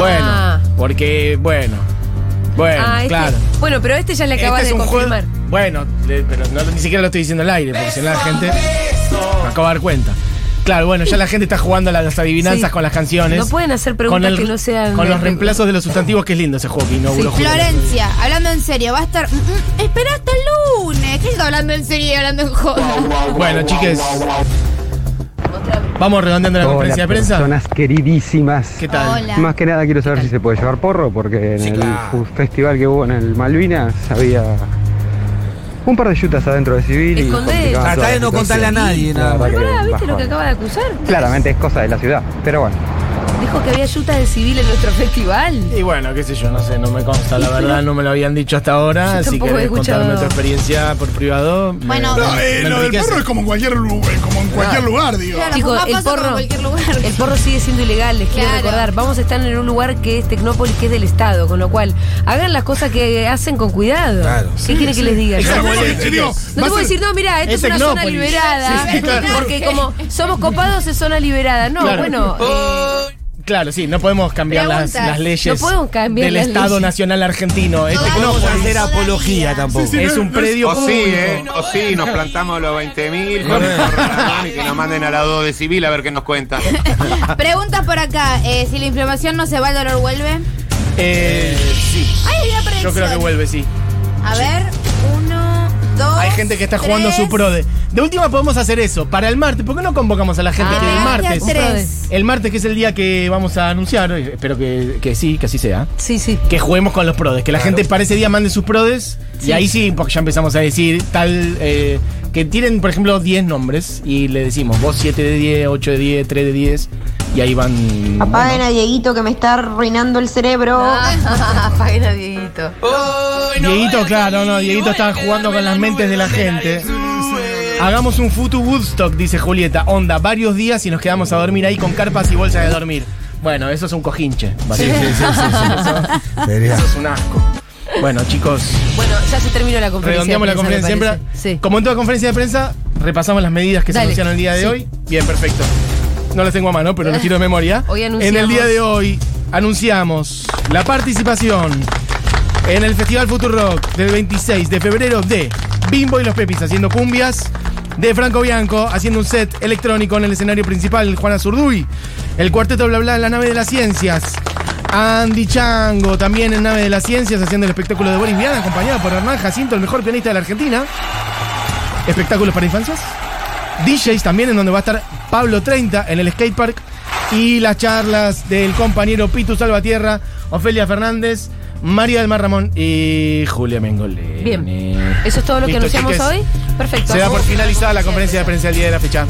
Bueno, porque, bueno. Bueno,
Ah, este-
claro.
Bueno, pero este ya le acabas
Este es
de
un
confirmar.
juego- Bueno, le- pero no- ni siquiera lo estoy diciendo al aire, porque si no la gente me acaba de dar cuenta. Claro, bueno, ya la gente está jugando a las adivinanzas
Sí.
con las canciones.
No pueden hacer preguntas
Con
que no sean
Con
de-
los reemplazos de los sustantivos, que es lindo ese juego que inauguró Julia.
Florencia, hablando en serio, va a estar. Mm, mm, Espera hasta el lunes. ¿Qué está hablando en serio y hablando en joda?
Bueno, chiques. Vamos redondeando la conferencia de prensa.
personas queridísimas.
¿Qué tal?
Hola.
Más que nada quiero saber si se puede llevar porro, porque en el fu- festival que hubo en el Malvinas había un par de yutas adentro de civil. y
Escondé.
complicaban
Tratá
toda
de
la
no
situación.
contarle a nadie,
La
nada
verdad
más.
Pero
que
pará, ¿viste lo
bajón.
que acaba de acusar?
Claramente es cosa de la ciudad, pero bueno.
Dijo que había yuta del civil en nuestro festival.
Y bueno, qué sé yo, no sé, no me consta, la verdad, no me lo habían dicho hasta
Yo
ahora. Si
tampoco he
querés
escuchado.
contarme tu experiencia por privado. me-
Bueno,
No, eh,
me
lo del
enriquece.
porro es como en cualquier lugar, como en cualquier lugar, digo.
Claro,
Chicos,
fumá
el
paso como
porro-
en cualquier lugar.
El porro sigue siendo ilegal, les quiero
Claro.
recordar. Vamos a estar en un lugar que es Tecnópolis, que es del Estado, con lo cual hagan las cosas que hacen con cuidado.
Claro.
¿Qué quiere que les diga?
Es
Yo-
como el- eh, digo,
No
va a
te puedo
ser-
decir, no, mira, esto
Es
es, una zona
Tecnópolis.
liberada.
Sí, sí, claro.
Porque como somos copados es zona liberada. No,
Claro. Oh.
bueno. eh,
Claro, sí, no podemos cambiar las,
Preguntas.
las leyes
No podemos cambiar
del
las
Estado
leyes.
Nacional Argentino. Este
No podemos
podemos-
hacer apología tampoco.
es un predio
O sí,
público.
¿eh? O sí, nos plantamos los 20.000 con el gorro en la mano y que nos manden a la 2 de civil a ver qué nos cuentan.
Preguntas por acá. eh, si la inflamación no se va, el dolor vuelve.
Eh, sí,
Ay, hay una
yo
predicción.
creo que vuelve, sí.
A ver, uno, dos.
Hay gente que está jugando
tres.
su prode. De última podemos hacer eso. Para el martes, ¿por qué no convocamos a la gente
Ah,
que el
ya
martes?
tres.
El martes que es el día que vamos a anunciar, eh, espero que, que sí, que así sea.
Sí, sí.
Que juguemos con los prodes, que la gente para ese día mande sus prodes y
Sí.
ahí sí, porque ya empezamos a decir tal eh, que tienen, por ejemplo, 10 nombres y le decimos vos 7 de 10, 8 de 10, 3 de 10 y ahí van
Apaguen a Dieguito que me está arruinando el cerebro.
Ah,
Apaguen a Dieguito.
Dieguito, claro, no, Dieguito está jugando con las mentes de la gente. Hagamos un Futu Woodstock, dice Julieta. Onda, varios días y nos quedamos a dormir ahí con carpas y bolsas de dormir. Bueno, eso es un cojinche. básicamente. Eso-
Sería.
Eso es un asco. Bueno, chicos,
Bueno, ya se terminó la conferencia.
redondeamos la
de
conferencia
prensa,
de
me
prensa. Como en toda conferencia de prensa, repasamos las medidas que se
Dale.
anunciaron el día de
Sí.
hoy. Bien, perfecto. No las tengo a mano, pero las tiro de memoria.
Hoy
En el día
anunciamos.
de hoy anunciamos la participación en el Festival Futurock del 26 de febrero de Bimbo y los Pepis haciendo cumbias, de Franco Bianco haciendo un set electrónico en el escenario principal, Juana Zurduy, el cuarteto Bla Bla en la nave de las ciencias. Andy Chango, también en Nave de las Ciencias, haciendo el espectáculo de Boris Viana, acompañado por Hernán Jacinto, el mejor pianista de la Argentina. Espectáculos para infancias. DJs también, en donde va a estar Pablo 30 en el skatepark. Y las charlas del compañero Pitu Salvatierra, Ofelia Fernández, María del Mar Ramón y Julia Mengolini.
Bien. Eso es todo lo que
Listo,
anunciamos
chiques.
hoy. Perfecto.
Se da por finalizada la conferencia de prensa del día de la fecha.